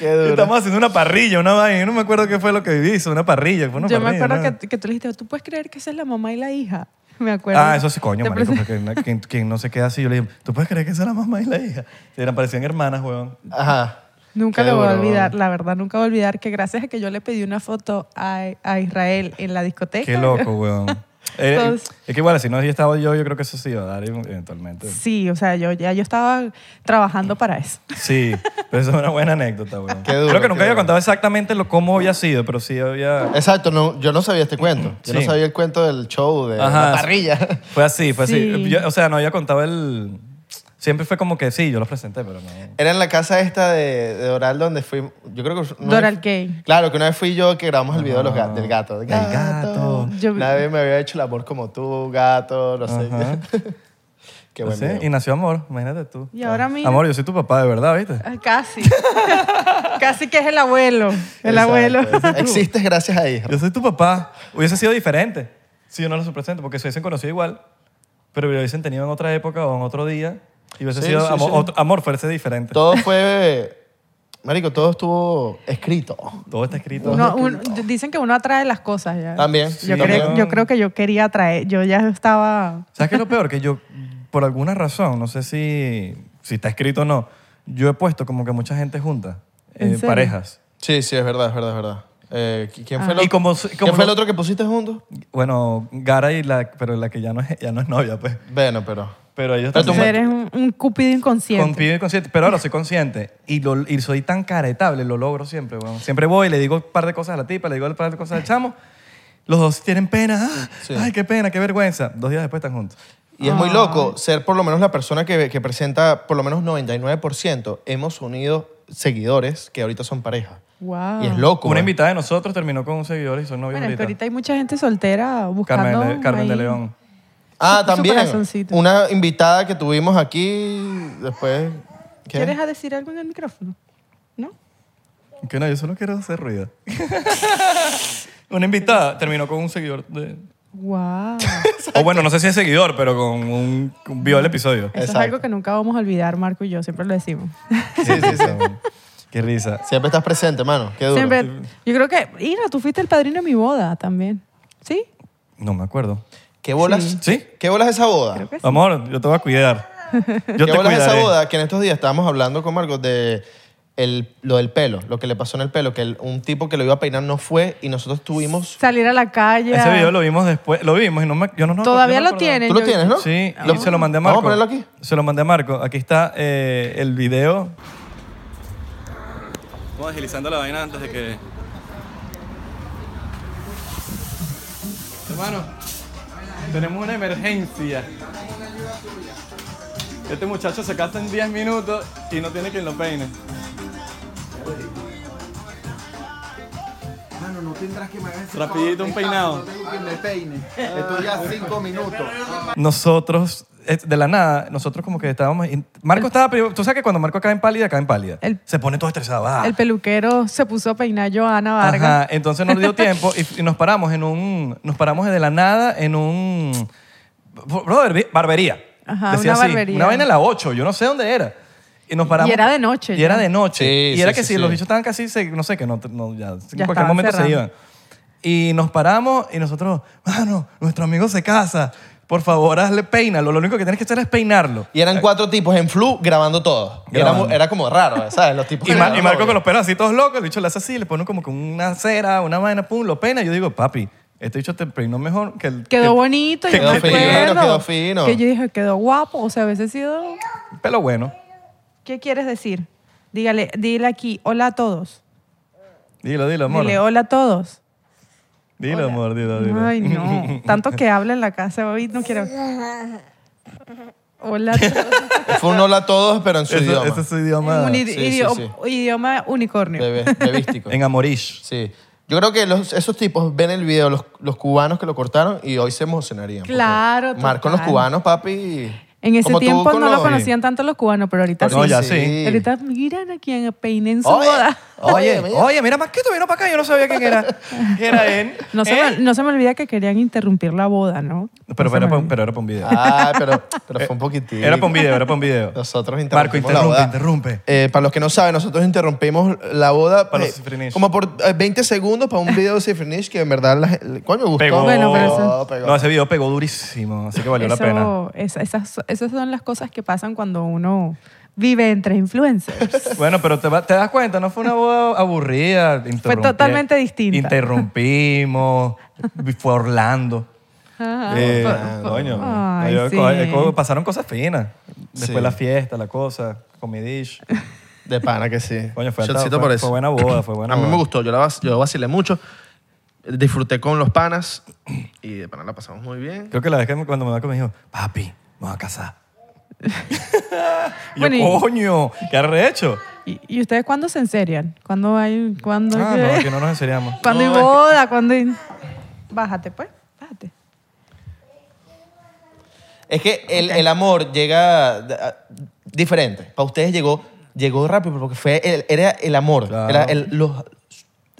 Speaker 4: Qué
Speaker 3: Y
Speaker 4: duro.
Speaker 3: Estamos haciendo una parrilla, una vaina. Yo no me acuerdo qué fue lo que viví, hizo una parrilla. Fue una
Speaker 5: Yo me
Speaker 3: parrilla,
Speaker 5: acuerdo
Speaker 3: una-
Speaker 5: que, que tú le dijiste, ¿tú puedes creer que esa es la mamá y la hija? [LAUGHS] Me acuerdo.
Speaker 3: Ah, eso sí, coño,
Speaker 5: Te
Speaker 3: marico,
Speaker 5: presen-
Speaker 3: porque na- quien, quien no se queda así, yo le digo, ¿tú puedes creer que esa es la mamá y la hija? Se eran parecían hermanas, weón.
Speaker 4: Ajá.
Speaker 5: Nunca
Speaker 4: Qué
Speaker 5: lo voy a
Speaker 4: duro,
Speaker 5: olvidar,
Speaker 4: weón.
Speaker 5: la verdad, nunca voy a olvidar que gracias a que yo le pedí una foto a, a Israel en la discoteca.
Speaker 3: Qué loco, weón. Eh,
Speaker 5: Entonces-
Speaker 3: es que igual, si no había estado yo, yo creo que eso sí iba a dar eventualmente.
Speaker 5: [LAUGHS] Sí, o sea, yo ya yo estaba trabajando para eso.
Speaker 3: Sí, pero eso es una buena anécdota, weón.
Speaker 4: Qué duro,
Speaker 3: creo que
Speaker 4: qué
Speaker 3: nunca había
Speaker 4: duro.
Speaker 3: contado exactamente lo, cómo había sido, pero sí había...
Speaker 4: Exacto, no, yo no sabía este cuento. Yo no
Speaker 3: Sí.
Speaker 4: sabía el cuento del show, de
Speaker 3: Ajá.
Speaker 4: la parrilla.
Speaker 3: Fue así, fue así.
Speaker 5: Sí.
Speaker 3: Yo- o sea, no había contado el... Siempre fue como que sí, yo los presenté, pero no...
Speaker 4: Era en la casa esta de, de Doral donde fui. Yo creo que. una
Speaker 5: Doral
Speaker 4: vez-
Speaker 5: Kay.
Speaker 4: Claro, que una vez fui yo que grabamos el video de los
Speaker 3: Ah.
Speaker 4: ga- del gato.
Speaker 3: Del gato.
Speaker 5: Yo-
Speaker 4: Nadie me había hecho el amor como tú, gato, no sé.
Speaker 3: Ajá.
Speaker 4: [LAUGHS] Qué buen
Speaker 3: Sí,
Speaker 4: video.
Speaker 3: y nació amor, imagínate tú.
Speaker 5: Y ahora mira.
Speaker 3: Amor, yo soy tu papá, de verdad, ¿viste?
Speaker 5: Ah, Casi. [LAUGHS] Casi que es el abuelo. El
Speaker 4: Exacto.
Speaker 5: abuelo.
Speaker 4: [LAUGHS] Existes gracias a Isra.
Speaker 3: Yo soy tu papá. Hubiese sido diferente si yo no los presento, porque se hubiesen conocido igual, pero lo hubiesen tenido en otra época o en otro día. Y hubiese
Speaker 4: Sí,
Speaker 3: sido
Speaker 4: sí,
Speaker 3: amo-
Speaker 4: sí.
Speaker 3: otro- amor, fuese diferente. Todo,
Speaker 4: Todo fue. Marico, todo estuvo escrito.
Speaker 3: está escrito.
Speaker 5: Uno- uno- dicen que uno atrae las cosas ya.
Speaker 4: También.
Speaker 5: Yo,
Speaker 4: también.
Speaker 5: creo, yo creo que yo quería atraer. Yo ya estaba.
Speaker 3: ¿Sabes qué es lo peor? Que yo, por alguna razón, no sé si, si está escrito o no, yo he puesto como que mucha gente junta,
Speaker 5: ¿En
Speaker 3: eh,
Speaker 5: serio?
Speaker 3: parejas.
Speaker 4: Sí, sí, es verdad, es verdad, es verdad. Eh, ¿qui- ¿Quién
Speaker 5: Ah.
Speaker 4: fue,
Speaker 3: Y
Speaker 4: el otro-
Speaker 3: como su-
Speaker 4: ¿quién
Speaker 3: como
Speaker 4: fue el
Speaker 3: lo-
Speaker 4: otro que pusiste juntos?
Speaker 3: Bueno, Gara y la, pero la que ya no es, ya no es novia, pues.
Speaker 4: Bueno, pero.
Speaker 3: Pero ellos
Speaker 4: Pero tú
Speaker 5: O
Speaker 3: también-
Speaker 5: sea, eres un, un cupido inconsciente.
Speaker 3: Con pibe consciente. Pero ahora soy consciente. Y, lo- y soy tan caretable, lo logro siempre, weón. Siempre voy y le digo un par de cosas a la tipa, le digo un par de cosas al chamo. Los dos tienen pena. Ah,
Speaker 4: Sí.
Speaker 3: Ay, qué pena, qué vergüenza. Dos días después están juntos.
Speaker 4: Y es muy loco ser por lo menos la persona que, que presenta por lo menos 99%. Hemos unido seguidores que ahorita son pareja.
Speaker 5: Wow.
Speaker 4: Y es loco.
Speaker 3: Una
Speaker 4: ¿eh?
Speaker 3: invitada de nosotros terminó con un seguidor y son novios
Speaker 5: Bueno, es
Speaker 3: ahorita.
Speaker 5: que ahorita hay mucha gente soltera buscando.
Speaker 3: Carmen, de, Carmen de
Speaker 5: ahí.
Speaker 3: León.
Speaker 4: Ah,
Speaker 5: Su- su
Speaker 4: también.
Speaker 5: corazoncito.
Speaker 4: Una invitada que tuvimos aquí después. ¿qué?
Speaker 5: ¿Quieres a decir algo en el micrófono? ¿No?
Speaker 3: Que no, yo solo quiero hacer ruido. [LAUGHS] Una invitada terminó con un seguidor de...
Speaker 5: [LAUGHS] Wow.
Speaker 3: O bueno, no sé si es seguidor, pero con un... con- Vio el episodio.
Speaker 5: Eso es
Speaker 4: Exacto.
Speaker 5: algo que nunca vamos a olvidar, Marco y yo, siempre lo decimos.
Speaker 3: Sí, sí, sí. Qué risa.
Speaker 4: Siempre estás presente, mano. Qué duro.
Speaker 5: Siempre. Yo creo que, Ira, tú fuiste el padrino de mi boda también. ¿Sí?
Speaker 3: No me acuerdo.
Speaker 4: ¿Qué bolas?
Speaker 3: ¿Sí?
Speaker 4: ¿Qué bolas esa boda?
Speaker 5: Creo que Pues sí.
Speaker 3: Amor, yo te voy a cuidar. Yo
Speaker 4: ¿Qué
Speaker 3: te
Speaker 4: bolas esa
Speaker 3: cuidaré.
Speaker 4: boda? Que en estos días estábamos hablando con Marcos de el- lo del pelo, lo que le pasó en el pelo, que el- un tipo que lo iba a peinar no fue y nosotros tuvimos...
Speaker 5: Salir a la calle.
Speaker 3: Ese video lo vimos después, lo vimos y no me, yo no, no
Speaker 5: Todavía
Speaker 3: yo no
Speaker 5: lo
Speaker 3: acordaba.
Speaker 5: tienen.
Speaker 4: Tú lo
Speaker 5: yo-
Speaker 4: tienes, ¿no?
Speaker 3: Sí, y
Speaker 4: Lo-
Speaker 3: se lo mandé a Marco.
Speaker 4: Vamos a ponerlo aquí.
Speaker 3: Se lo mandé a Marco. Aquí está eh, el video. Vamos agilizando la vaina antes de que... Hermano, tenemos una emergencia. Este muchacho se casa en 10 minutos y no tiene quien lo peine.
Speaker 7: Mano, no tendrás que me hagas ese
Speaker 3: Rapidito,
Speaker 7: favor,
Speaker 3: un peinado.
Speaker 7: No tengo que me peine. Estoy ya cinco minutos.
Speaker 3: nosotros, eh, de la nada, nosotros como que estábamos... in- Marco estaba... pri- Tú sabes que cuando Marco cae en pálida, cae en pálida.
Speaker 5: El-
Speaker 3: se pone todo estresado. ah.
Speaker 5: El peluquero se puso a peinar a Joana Vargas.
Speaker 3: Ajá, entonces nos dio tiempo y, y nos paramos en un... Nos paramos de la nada en un... Brother, vi- barbería.
Speaker 5: Ajá,
Speaker 3: Decía
Speaker 5: una
Speaker 3: así,
Speaker 5: barbería.
Speaker 3: Una vaina a las 8, yo no sé dónde era. Y nos paramos...
Speaker 5: Y era de noche,
Speaker 3: Y era
Speaker 5: ya.
Speaker 3: de noche.
Speaker 4: Sí,
Speaker 3: y
Speaker 4: sí,
Speaker 3: era que
Speaker 4: sí,
Speaker 3: si
Speaker 4: sí.
Speaker 3: los bichos estaban casi... se- no sé, que no, no, ya, en
Speaker 5: Ya
Speaker 3: cualquier
Speaker 5: estaban
Speaker 3: momento se
Speaker 5: cerrando.
Speaker 3: iban. Y nos paramos y nosotros... Mano, nuestro amigo se casa. Por favor, hazle peínalo. Lo único que tienes que hacer es peinarlo.
Speaker 4: Y eran cuatro tipos en flu grabando todo. Y Era,
Speaker 3: Grabando.
Speaker 4: mu- era como raro, ¿sabes? Los tipos
Speaker 3: Y,
Speaker 4: que
Speaker 3: Mar-
Speaker 4: eran
Speaker 3: y Marco
Speaker 4: novios.
Speaker 3: con los pelos así todos locos, el bicho le hace así, le pone como con una cera, una vaina, pum, lo pena. Yo digo, papi, este bicho te peinó mejor que el.
Speaker 5: Quedó
Speaker 3: que
Speaker 5: bonito. yo
Speaker 3: quedó
Speaker 5: me
Speaker 3: fino,
Speaker 5: acuerdo
Speaker 4: quedó fino.
Speaker 5: Que yo dije, quedó guapo. O sea, a veces sido...
Speaker 3: el Pelo bueno.
Speaker 5: ¿Qué quieres decir? Dígale, dile aquí, hola a todos.
Speaker 3: Dilo, dilo, amor.
Speaker 5: Dile hola a todos.
Speaker 3: Dilo, amor, dilo, dilo.
Speaker 5: Ay,
Speaker 3: [LAUGHS]
Speaker 5: no. [LAUGHS] Tanto que habla en la casa hoy, no quiero. Hola.
Speaker 3: [LAUGHS]
Speaker 5: a todos.
Speaker 4: Fue un hola a todos, pero en su
Speaker 3: Ese-
Speaker 4: idioma.
Speaker 3: ese es su idioma.
Speaker 5: Un idi-
Speaker 4: sí,
Speaker 5: idio-
Speaker 4: sí.
Speaker 5: idioma unicornio.
Speaker 4: Bebé,
Speaker 3: [LAUGHS]
Speaker 4: bebístico.
Speaker 3: En Amorish.
Speaker 4: Sí. Yo creo que los- esos tipos ven el video, los, los cubanos que lo cortaron, y hoy se emocionarían. porque
Speaker 5: Claro,
Speaker 4: Marco, los
Speaker 5: total.
Speaker 4: cubanos, papi.
Speaker 5: En ese
Speaker 4: como tú
Speaker 5: tiempo
Speaker 4: con
Speaker 5: no lo
Speaker 4: los-
Speaker 5: conocían tanto los cubanos, pero ahorita
Speaker 3: Ah, No,
Speaker 5: sí.
Speaker 3: ya sí.
Speaker 5: Ahorita miran a quien peinen su
Speaker 4: Oye,
Speaker 5: boda.
Speaker 3: Oye,
Speaker 4: Oye, mira.
Speaker 3: oye, mira, más que tú vino para acá, yo no sabía quién
Speaker 4: [LAUGHS]
Speaker 3: era. ¿Quién era él?
Speaker 5: No se,
Speaker 3: ¿Eh?
Speaker 5: me, no se me olvida que querían interrumpir la boda, ¿no?
Speaker 3: Pero,
Speaker 5: No se
Speaker 3: pero,
Speaker 5: me
Speaker 3: pero,
Speaker 5: olvida.
Speaker 3: era para un video.
Speaker 4: Ah, pero, pero fue un poquitín.
Speaker 3: Eh, Era para un video, era para un video.
Speaker 4: Nosotros
Speaker 3: Marco,
Speaker 4: interrumpimos la
Speaker 3: interrumpe,
Speaker 4: boda.
Speaker 3: interrumpe.
Speaker 4: Eh, para los que no saben, nosotros interrumpimos la boda
Speaker 3: Para
Speaker 4: eh,
Speaker 3: los cifrinish.
Speaker 4: como por eh, 20 segundos
Speaker 3: [LAUGHS]
Speaker 4: para un video de Cifrinish que en verdad, la, gen- ¿cuál me gustó?
Speaker 3: Pegó.
Speaker 5: Bueno, pero eso-
Speaker 4: Pegó.
Speaker 3: No, ese video pegó durísimo, así que valió la
Speaker 5: Eso-
Speaker 3: pena.
Speaker 5: esa- esas, esas son las cosas que pasan cuando uno vive entre influencers.
Speaker 3: Bueno, pero te, va- te das cuenta, no fue una boda aburrida. interrumpí-
Speaker 5: totalmente distinta.
Speaker 3: Interrumpimos, fue Orlando.
Speaker 5: Ah,
Speaker 3: [LAUGHS] Eh,
Speaker 5: [LAUGHS] por-
Speaker 3: coño,
Speaker 5: Ay,
Speaker 3: yo-
Speaker 5: sí.
Speaker 3: co- pasaron cosas finas. Después
Speaker 4: Sí.
Speaker 3: la fiesta, la cosa, comidish.
Speaker 4: De pana que sí.
Speaker 3: Coño, fue,
Speaker 4: Shotcito
Speaker 3: fue-
Speaker 4: por eso.
Speaker 3: fue buena boda, fue buena
Speaker 4: a mí
Speaker 3: boda.
Speaker 4: me gustó, yo, la, vac- yo vacilé mucho, disfruté con los panas y de pana la pasamos muy bien.
Speaker 3: Creo que la vez que me- cuando me va me dijo, papi, vamos a casar. y yo,
Speaker 5: Bueno, y-
Speaker 3: coño, ¿qué arrecho?
Speaker 5: ¿Y, y ustedes cuándo se enserian? ¿Cuándo hay.? Cuándo,
Speaker 3: Ah,
Speaker 5: [LAUGHS]
Speaker 3: no, que no nos enseñamos.
Speaker 5: ¿Cuándo hay
Speaker 4: No, es que-
Speaker 5: boda? ¿Cuándo hay.? Bájate, pues. Bájate.
Speaker 4: Es que el, el amor llega de- a- diferente. Para ustedes llegó, llegó rápido porque fue el- era el amor.
Speaker 3: Claro.
Speaker 4: Era el, los-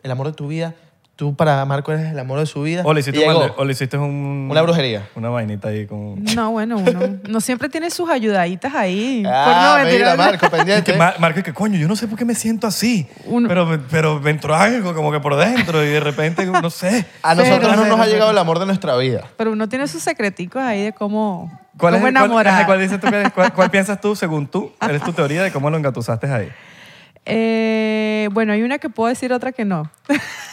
Speaker 4: el amor de tu vida. Tú para Marco eres el amor de su vida.
Speaker 3: O le hiciste, eh,
Speaker 4: Y
Speaker 3: un
Speaker 4: llegó.
Speaker 3: malde- o le hiciste un-
Speaker 4: Una brujería.
Speaker 3: Una vainita ahí con...
Speaker 5: No, bueno, uno, uno siempre tiene sus ayudaditas ahí.
Speaker 4: Ah,
Speaker 5: por no
Speaker 4: mira,
Speaker 5: mentirle.
Speaker 4: Marco,
Speaker 3: Y
Speaker 4: pendiente.
Speaker 3: que Mar- Marco, y que coño, yo no sé por qué me siento así,
Speaker 5: Uno-
Speaker 3: pero, pero me entró algo como que por dentro y de repente, no sé.
Speaker 4: A nosotros
Speaker 5: Pero-
Speaker 4: no nos ha llegado el amor de nuestra vida.
Speaker 5: [LAUGHS] Pero uno tiene sus secreticos ahí de cómo,
Speaker 3: ¿Cuál, es,
Speaker 5: cómo
Speaker 3: el- cuál-
Speaker 5: enamorar.
Speaker 3: ajá, cuál dices tú que- cuál- cuál piensas tú, según tú, eres tu teoría de cómo lo engatusaste ahí?
Speaker 5: Eh, bueno, hay una que puedo decir, otra que no.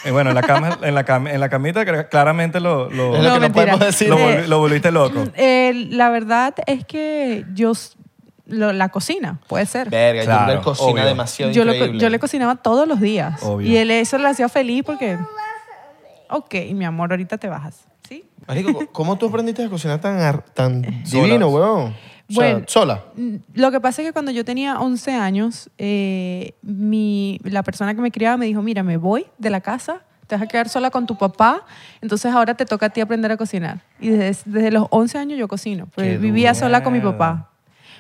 Speaker 3: Eh, bueno, en la, cama, en, la cam- en la camita cre- claramente lo, lo,
Speaker 4: Es lo
Speaker 5: No,
Speaker 4: que no
Speaker 5: mentira.
Speaker 4: podemos decir.
Speaker 3: lo
Speaker 5: Eh,
Speaker 3: volvi- lo volviste loco.
Speaker 5: Eh, la verdad es que yo... s- lo- la cocina, puede ser.
Speaker 4: Verga,
Speaker 3: Claro,
Speaker 4: Julián cocina
Speaker 3: obvio.
Speaker 4: demasiado
Speaker 5: yo, lo co-
Speaker 4: increíble.
Speaker 5: yo le cocinaba todos los días.
Speaker 3: Obvio.
Speaker 5: Y él eso lo hacía feliz porque... Ok, mi amor, ahorita te bajas. ¿Sí?
Speaker 4: Marico, ¿cómo tú aprendiste a cocinar tan, ar- tan divino, weón? O sea,
Speaker 5: Bueno.
Speaker 4: sola.
Speaker 5: Mm, Lo que pasa es que cuando yo tenía 11 años, eh, mi, la persona que me criaba me dijo, mira, me voy de la casa, te vas a quedar sola con tu papá, entonces ahora te toca a ti aprender a cocinar. Y desde, desde los 11 años yo cocino, pues,
Speaker 3: Qué
Speaker 5: vivía
Speaker 3: duro.
Speaker 5: sola con mi
Speaker 3: Mierda.
Speaker 5: papá.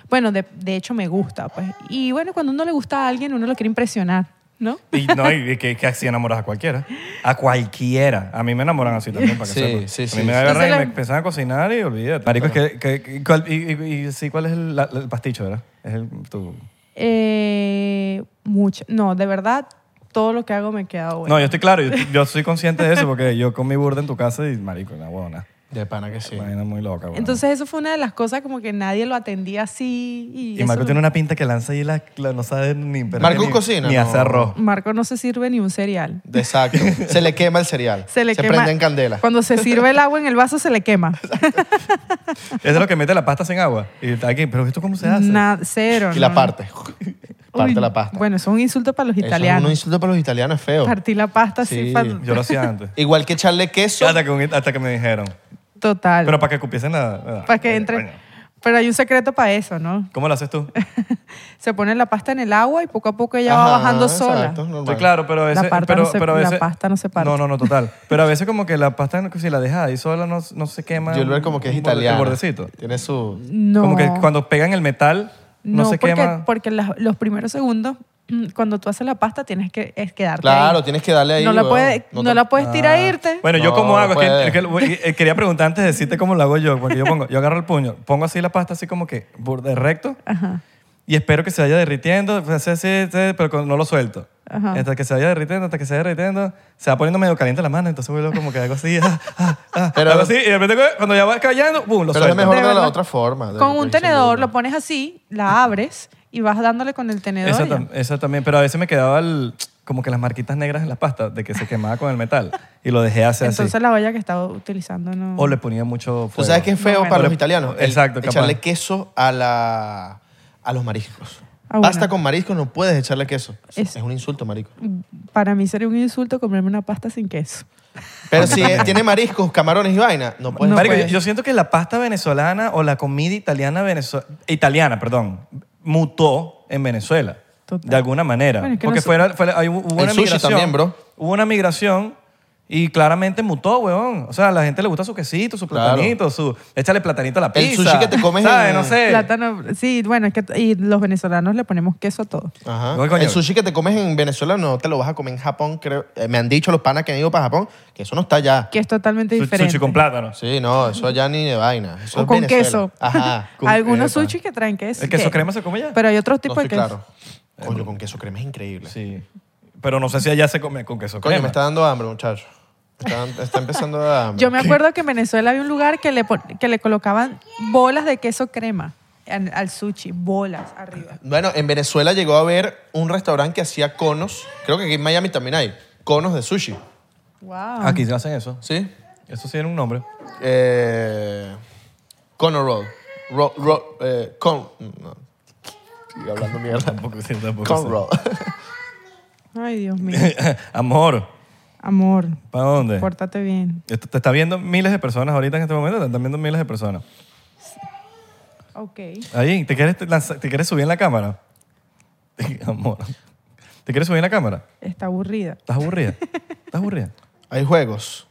Speaker 5: Bueno, de, de hecho me gusta, pues. Y bueno, cuando uno le gusta a alguien, uno lo quiere impresionar, ¿no?
Speaker 3: Y no, y que, que así enamoras a cualquiera. A cualquiera. A mí me enamoran así también, para que
Speaker 4: Sí,
Speaker 3: sepas.
Speaker 4: sí,
Speaker 3: A
Speaker 4: sí,
Speaker 3: mí me
Speaker 4: sí.
Speaker 3: agarran y
Speaker 5: Entonces
Speaker 3: me
Speaker 5: la-
Speaker 3: empiezan a cocinar y olvídate. Marico, es que, que- que- ¿cuál, y, y- y- sí, ¿cuál es el, la- el pasticho, verdad? Es el, tu...
Speaker 5: Eh, mucho. No, de verdad, todo lo que hago me queda bueno.
Speaker 3: No, yo estoy claro, yo, yo soy consciente de eso porque yo con mi burda en tu casa y marico, una huevona.
Speaker 4: De pana que sí.
Speaker 3: Imagina muy loca, huevona.
Speaker 5: Entonces eso fue una de las cosas como que nadie lo atendía así. Y,
Speaker 3: y Marco
Speaker 5: eso-
Speaker 3: tiene una pinta que lanza y la, la- no sabe ni... pero
Speaker 4: Marco
Speaker 3: ni-
Speaker 4: cocina,
Speaker 3: Ni
Speaker 4: no.
Speaker 3: hace arroz.
Speaker 5: Marco no se sirve ni un cereal.
Speaker 4: Exacto. Se le quema el cereal.
Speaker 5: Se le quema.
Speaker 4: prende en candela.
Speaker 5: Cuando se sirve el agua en el vaso se le
Speaker 4: [LAUGHS]
Speaker 5: quema.
Speaker 3: Es de lo que mete la pasta sin agua. Y está aquí, pero ¿esto cómo se hace?
Speaker 5: Na- cero.
Speaker 4: Y la
Speaker 5: no.
Speaker 4: parte. Parte
Speaker 5: Uy,
Speaker 4: la pasta.
Speaker 5: Bueno, eso es un insulto para los
Speaker 4: Eso es
Speaker 5: italianos.
Speaker 4: un insulto para los italianos, es feo.
Speaker 5: Partir la pasta así.
Speaker 4: Sí.
Speaker 5: pa-
Speaker 3: Yo lo hacía antes.
Speaker 4: Igual que echarle queso.
Speaker 3: Hasta que, un- hasta que me dijeron.
Speaker 5: Total.
Speaker 3: Pero para que cupiesen la...
Speaker 5: para que entre.
Speaker 3: Coño.
Speaker 5: Pero hay un secreto para eso, ¿no?
Speaker 3: ¿Cómo lo haces
Speaker 5: [LAUGHS]
Speaker 3: tú?
Speaker 5: Se pone la pasta en el agua y poco a poco ella
Speaker 4: Ajá,
Speaker 5: va bajando
Speaker 4: exacto,
Speaker 5: sola.
Speaker 4: normal.
Speaker 3: Sí, claro, pero a veces...
Speaker 5: parte
Speaker 3: pero,
Speaker 5: no se-
Speaker 3: pero a
Speaker 5: la
Speaker 3: veces,
Speaker 5: pasta no se parte.
Speaker 3: No, no, no, total. Pero a veces como que la pasta, no- si la dejas ahí sola, no, no se quema.
Speaker 4: Yo lo veo como que es
Speaker 3: un borde- el
Speaker 4: italiano.
Speaker 3: bordecito.
Speaker 4: Tiene su...
Speaker 5: No.
Speaker 3: Como que cuando pegan el metal, no, se
Speaker 5: porque,
Speaker 3: quema.
Speaker 5: porque las- los primeros segundos, [CLEARS THROAT] mm, cuando tú haces la pasta, tienes que es quedarte
Speaker 4: Claro,
Speaker 5: ahí.
Speaker 4: tienes que darle ahí.
Speaker 5: no, la
Speaker 4: weón.
Speaker 5: puede- no
Speaker 4: te-
Speaker 5: la puedes tirar a
Speaker 3: Ah.
Speaker 5: irte.
Speaker 3: Bueno, yo
Speaker 4: No,
Speaker 3: como hago, es que-
Speaker 4: puede.
Speaker 3: es que lo- eh, quería preguntar antes de decirte cómo lo hago yo, porque yo pongo, yo agarro el puño, pongo así la pasta así como que burde recto
Speaker 5: Ajá.
Speaker 3: y espero que se vaya derritiendo, pues, así, así, así, pero con- no lo suelto.
Speaker 5: Ajá.
Speaker 3: Hasta que se vaya derritiendo, hasta que se vaya derritiendo, se va poniendo medio caliente la mano, entonces vuelvo como que hago así, [LAUGHS] ah, ah, ah,
Speaker 4: Pero-
Speaker 3: hago así, y de repente cuando ya va cayendo, ¡boom! Lo
Speaker 4: Pero es
Speaker 3: suelto.
Speaker 4: mejor
Speaker 5: De
Speaker 4: de, la
Speaker 5: verdad.
Speaker 4: otra forma. de-
Speaker 5: Con un
Speaker 4: de-
Speaker 5: tenedor lo pones así, la abres y vas dándole con el tenedor.
Speaker 3: Eso,
Speaker 5: y ya.
Speaker 3: tam- eso también, pero a veces me quedaba el- como que las marquitas negras en la pasta de que se quemaba con el metal y lo dejé hacer
Speaker 5: Entonces
Speaker 3: así.
Speaker 5: la olla que estaba utilizando no.
Speaker 3: O le ponía mucho fuego.
Speaker 4: Tú sabes que es feo
Speaker 5: Bueno.
Speaker 4: para los italianos. El
Speaker 3: Exacto, capaz.
Speaker 4: Echarle queso a, la, a los mariscos.
Speaker 5: Ah, bueno.
Speaker 4: Pasta con mariscos no puedes echarle queso. Es,
Speaker 5: Es-
Speaker 4: un insulto, marico.
Speaker 5: Para mí sería un insulto comerme una pasta sin queso.
Speaker 4: Pero si eh, tiene mariscos, camarones y vaina, no puedes.
Speaker 5: Ah, No pues.
Speaker 3: Marico, yo,
Speaker 5: puedes.
Speaker 3: yo siento que la pasta venezolana o la comida italiana, venezo- italiana, perdón, mutó en Venezuela.
Speaker 5: Total.
Speaker 3: De alguna manera.
Speaker 5: Bueno, es que
Speaker 3: Porque
Speaker 5: no sé.
Speaker 3: fuera, fuera- hay- hubo una
Speaker 4: El sushi
Speaker 3: migración.
Speaker 4: también, bro.
Speaker 3: Hubo una migración Y claramente mutó, weón. O sea, a la gente le gusta su quesito, su
Speaker 4: Claro.
Speaker 3: platanito, su... Échale platanito a la
Speaker 4: El
Speaker 3: pizza.
Speaker 4: sushi que te comes
Speaker 3: ¿Sabes?
Speaker 4: en-
Speaker 3: No sé.
Speaker 5: Plátano, sí, bueno, es que y los venezolanos le ponemos queso a todo.
Speaker 4: Ajá.
Speaker 3: No, coño.
Speaker 4: El sushi que te comes en Venezuela no te lo vas a comer en Japón, creo. Eh, me han dicho los panas que han ido para Japón que eso no está allá.
Speaker 5: Que es totalmente
Speaker 3: Su-
Speaker 5: diferente.
Speaker 3: Sushi con plátano.
Speaker 4: Sí, no, eso allá ni de vaina. Eso
Speaker 5: O
Speaker 4: es
Speaker 5: con
Speaker 4: Venezuela.
Speaker 5: queso. [LAUGHS]
Speaker 4: Ajá. con-
Speaker 5: Algunos
Speaker 4: Epa.
Speaker 5: sushi que traen queso.
Speaker 3: ¿El queso
Speaker 5: que-
Speaker 3: crema se come ya?
Speaker 5: Pero hay otros
Speaker 4: No
Speaker 5: tipos
Speaker 4: estoy
Speaker 5: este de queso.
Speaker 4: claro. Coño, con queso crema es increíble.
Speaker 3: Sí. Pero no sé si allá se come con queso
Speaker 4: Coño,
Speaker 3: crema.
Speaker 4: me está dando hambre, muchacho. Me Está, me está empezando a
Speaker 5: [LAUGHS]
Speaker 4: dar hambre.
Speaker 5: Yo me acuerdo que en Venezuela había un lugar que le, pon- que le colocaban bolas de queso crema al, al sushi, bolas arriba.
Speaker 4: Bueno, en Venezuela llegó a haber un restaurante que hacía conos. Creo que aquí en Miami también hay. Conos de sushi.
Speaker 5: Wow.
Speaker 3: Aquí se hacen eso.
Speaker 4: ¿Sí?
Speaker 3: Eso sí era un nombre.
Speaker 4: Eh, cono roll. Ro- ro- eh, con. no. Estoy hablando mierda.
Speaker 3: Tampoco sí, tampoco
Speaker 4: Con
Speaker 3: sé.
Speaker 4: roll. [LAUGHS]
Speaker 5: Ay, Dios mío.
Speaker 3: [LAUGHS] Amor,
Speaker 5: Amor,
Speaker 3: ¿para dónde?
Speaker 5: pórtate bien.
Speaker 3: Esto te está viendo miles de personas ahorita en este momento. Te están viendo miles de personas.
Speaker 5: Ok.
Speaker 3: Ahí, ¿te quieres, te lanza- te quieres subir en la cámara? [LAUGHS] Amor. ¿Te quieres subir en la cámara?
Speaker 5: Está aburrida.
Speaker 3: ¿Estás aburrida? ¿Estás aburrida?
Speaker 4: Hay juegos.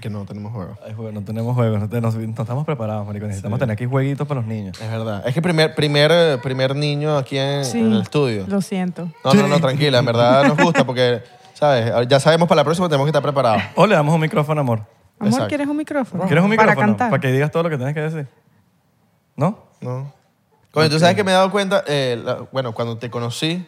Speaker 4: Que no tenemos juegos.
Speaker 3: Ay, jue- no tenemos juegos, no, te- no- no estamos preparados, maricón. Necesitamos tener aquí jueguitos para los niños.
Speaker 4: Es verdad. Es que primer, primer, eh, primer niño aquí en,
Speaker 5: Sí.
Speaker 4: en el estudio.
Speaker 5: Lo siento.
Speaker 4: No, no, no, tranquila. En verdad nos gusta porque, ¿sabes? Ya sabemos para la próxima tenemos que estar preparados.
Speaker 3: O le damos un micrófono, amor.
Speaker 5: Amor,
Speaker 4: Exacto.
Speaker 5: ¿quieres un micrófono?
Speaker 3: ¿Quieres un micrófono?
Speaker 5: Para cantar.
Speaker 3: que digas todo lo que tienes que decir. ¿No?
Speaker 4: No. Coño, tú sabes que me he dado cuenta, eh, la- bueno, cuando te conocí,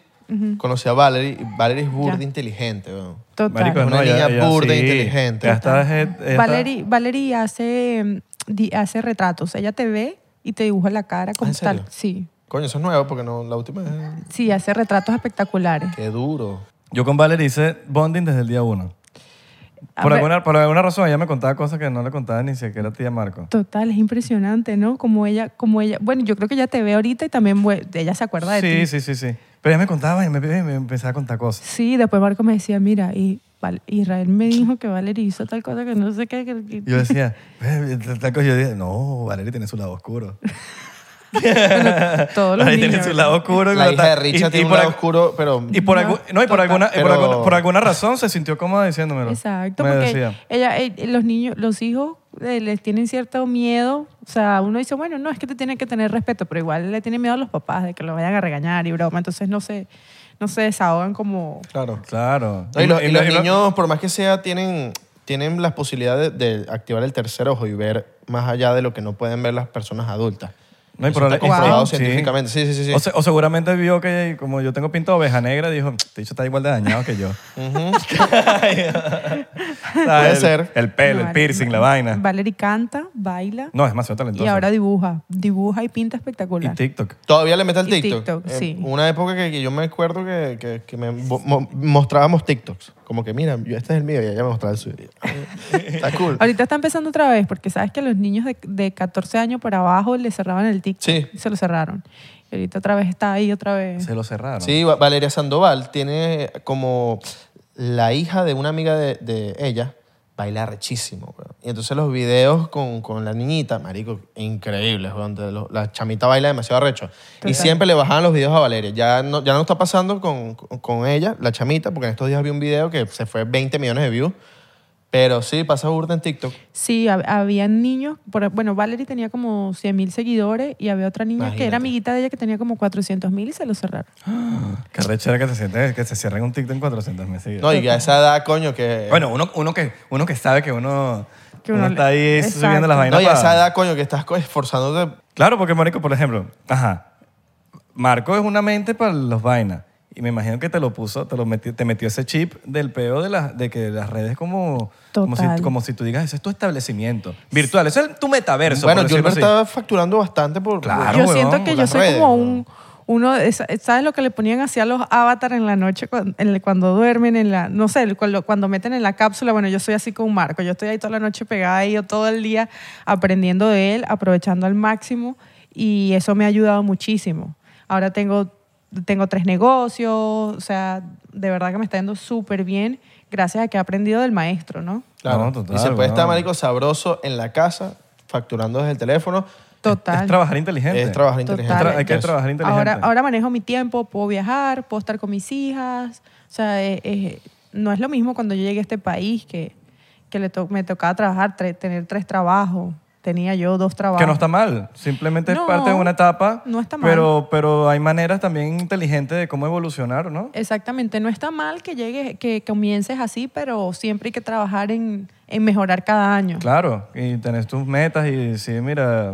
Speaker 4: conocí a Valerie. y Valerie es burda
Speaker 5: Ya.
Speaker 4: inteligente, weón.
Speaker 5: Total.
Speaker 3: Marico,
Speaker 4: Una
Speaker 3: no,
Speaker 4: niña burda e inteligente.
Speaker 3: Ya está, es- es- está-
Speaker 5: Valerie, Valerie hace, mm, di- hace retratos. Ella te ve y te dibuja la cara como
Speaker 4: Ah, ¿En serio?
Speaker 5: tal. Sí.
Speaker 4: Coño, eso es nuevo porque no, la última vez.
Speaker 5: Sí, hace retratos espectaculares.
Speaker 4: Qué duro.
Speaker 3: Yo con Valerie hice bonding desde el día uno.
Speaker 5: A
Speaker 3: Por
Speaker 5: ver,
Speaker 3: alguna, por alguna razón ella me contaba cosas que no le contaba ni siquiera a tía Marco.
Speaker 5: Total, es impresionante, ¿no? Como ella, como ella. Bueno, yo creo que ella te ve ahorita y también vue- ella se acuerda de
Speaker 3: Sí,
Speaker 5: ti.
Speaker 3: sí, sí, sí. Pero ella me contaba y me, me empezaba a contar cosas.
Speaker 5: Sí, después Marco me decía, mira, y Val- Israel me dijo que Valerie hizo tal cosa que no sé qué. que- que-
Speaker 3: Y Yo decía, [LAUGHS] "Eh, tal- tal cosa". yo decía, no, Valerie tiene su lado oscuro. [LAUGHS]
Speaker 5: todos los
Speaker 3: Valerie
Speaker 5: niños.
Speaker 3: tiene su lado oscuro. y
Speaker 4: La hija
Speaker 3: tal.
Speaker 4: de Richard
Speaker 3: Y- y
Speaker 4: tiene un
Speaker 3: por
Speaker 4: lado
Speaker 3: al-
Speaker 4: oscuro, pero...
Speaker 3: Y por, algu- no, y por, alguna, y por,
Speaker 4: Pero-
Speaker 3: alguna, por alguna razón se sintió cómoda diciéndomelo.
Speaker 5: Exacto,
Speaker 3: Me
Speaker 5: porque
Speaker 3: decía.
Speaker 5: ella, eh, los niños, los hijos eh, les tienen cierto miedo. O sea, uno dice, bueno, no, es que te tienen que tener respeto, pero igual le tienen miedo a los papás de que lo vayan a regañar y broma. Entonces no se, no se desahogan como...
Speaker 4: Claro.
Speaker 3: Claro.
Speaker 4: No, y, los, y los
Speaker 3: y lo-
Speaker 4: niños, por más que sea, tienen, tienen las posibilidades de, de activar el tercer ojo y ver más allá de lo que no pueden ver las personas adultas.
Speaker 3: No hay
Speaker 4: Eso
Speaker 3: problema.
Speaker 4: Está comprobado
Speaker 3: Sí.
Speaker 4: científicamente. Sí, sí, sí. sí.
Speaker 3: O, se- o seguramente vio que como yo tengo pinta de oveja negra, dijo, este bicho está igual de dañado que yo. [LAUGHS]
Speaker 4: Puede
Speaker 3: el,
Speaker 4: ser.
Speaker 3: El pelo,
Speaker 5: No,
Speaker 3: el piercing, la
Speaker 5: Valerie-
Speaker 3: vaina.
Speaker 5: Valerie canta, baila
Speaker 3: No, es demasiado talentoso.
Speaker 5: y ahora dibuja. Dibuja y pinta
Speaker 3: Y
Speaker 5: espectacular.
Speaker 3: TikTok.
Speaker 4: ¿Todavía le metes al
Speaker 5: Y
Speaker 4: TikTok?
Speaker 5: TikTok,
Speaker 4: Eh,
Speaker 5: sí.
Speaker 4: Una época que, que yo me acuerdo que, que- que me mo- mo- mostrábamos TikToks. Como que, mira, yo, este es el mío y ella me mostraba el suyo. [LAUGHS] Está cool.
Speaker 5: Ahorita está empezando otra vez porque sabes que a los niños de, de 14 años para abajo le cerraban el TikTok
Speaker 4: Sí.
Speaker 5: y se lo cerraron. Y ahorita otra vez está ahí, otra vez.
Speaker 3: Se lo cerraron.
Speaker 4: Sí, Va- Valeria Sandoval tiene como la hija de una amiga de, de ella baila rechísimo, weón. Y entonces los videos con, con la niñita, marico, increíbles, weón. De lo- La chamita baila demasiado recho. Y
Speaker 5: Total.
Speaker 4: siempre le bajaban los videos a Valeria. Ya no, ya no está pasando con, con- con ella, la chamita, porque en estos días vi un video que se fue 20 millones de views. Pero sí, pasa burda en TikTok.
Speaker 5: Sí, hab- había niños, por- bueno, Valerie tenía como 100 mil seguidores y había otra niña que
Speaker 4: Imagínate.
Speaker 5: era amiguita de ella que tenía como 400 mil y se lo cerraron.
Speaker 3: Qué rechera que se siente que se cierren un TikTok en 400 mil seguidores.
Speaker 4: No, y a esa edad, coño, que...
Speaker 3: Bueno, uno, uno, que, uno que sabe que uno,
Speaker 5: Que
Speaker 3: uno
Speaker 5: uno le-
Speaker 3: está ahí
Speaker 5: Exacto.
Speaker 3: subiendo las
Speaker 4: no,
Speaker 3: vainas.
Speaker 4: y a
Speaker 3: para-
Speaker 4: esa edad, coño, que estás co- esforzándote
Speaker 3: Claro, porque Marico, por ejemplo, ajá, Marco es una mente para los vainas. Y me imagino que te lo puso, te, lo metió, te metió ese chip del peo de, las de que las redes como, como, si,
Speaker 5: Total.
Speaker 3: como si tú digas, ese es tu establecimiento virtual, ese es tu metaverso.
Speaker 4: Bueno,
Speaker 3: por
Speaker 4: Gilbert
Speaker 3: decirlo así.
Speaker 4: está facturando bastante por.
Speaker 3: Claro,
Speaker 5: yo
Speaker 3: huevón,
Speaker 5: siento que
Speaker 4: por
Speaker 5: yo
Speaker 4: las
Speaker 5: soy
Speaker 4: redes,
Speaker 5: como
Speaker 4: huevón.
Speaker 5: un... Uno, de esa- ¿sabes lo que le ponían así a los avatars en la noche cuando, cuando duermen? En la, no sé, cuando, cuando meten en la cápsula. Bueno, yo soy así con Marco. Yo estoy ahí toda la noche pegada ahí, yo todo el día aprendiendo de él, aprovechando al máximo. Y eso me ha ayudado muchísimo. Ahora tengo, tengo tres negocios. O sea, de verdad que me está yendo súper bien gracias a que he aprendido del maestro, ¿no?
Speaker 4: Claro.
Speaker 3: No, total,
Speaker 4: y se puede
Speaker 3: huevón.
Speaker 4: estar, marico, sabroso en la casa, facturando desde el teléfono.
Speaker 5: Total.
Speaker 3: Es trabajar inteligente.
Speaker 4: Es trabajar
Speaker 5: Total.
Speaker 4: inteligente.
Speaker 3: Hay que
Speaker 4: Eso.
Speaker 3: trabajar inteligente.
Speaker 5: Ahora, ahora manejo mi tiempo, puedo viajar, puedo estar con mis hijas. O sea, eh, eh, no es lo mismo cuando yo llegué a este país que que le to- me tocaba trabajar, tre- tener tres trabajos. Tenía yo dos trabajos.
Speaker 3: Que no está mal, simplemente es
Speaker 5: No,
Speaker 3: parte de una etapa.
Speaker 5: no está mal.
Speaker 3: Pero, pero hay maneras también inteligentes de cómo evolucionar, ¿no?
Speaker 5: Eh. Exactamente, no está mal que llegues, que comiences así, pero siempre hay que trabajar en, en mejorar cada año.
Speaker 3: Claro, y tenés tus metas y decir, mira,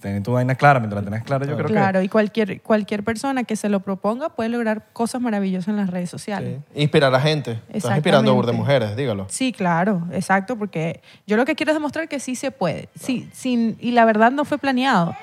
Speaker 3: tenés tu vaina clara, mientras la tenés clara yo creo
Speaker 5: Claro, y cualquier, cualquier persona que se lo proponga puede lograr cosas maravillosas en las redes sociales.
Speaker 4: Inspirar a gente. Estás inspirando a burda de
Speaker 5: Exactamente.
Speaker 4: mujeres, dígalo.
Speaker 5: Sí, claro, exacto, porque yo lo que quiero es demostrar que sí se puede. Sí, sin, y la verdad no fue planeado.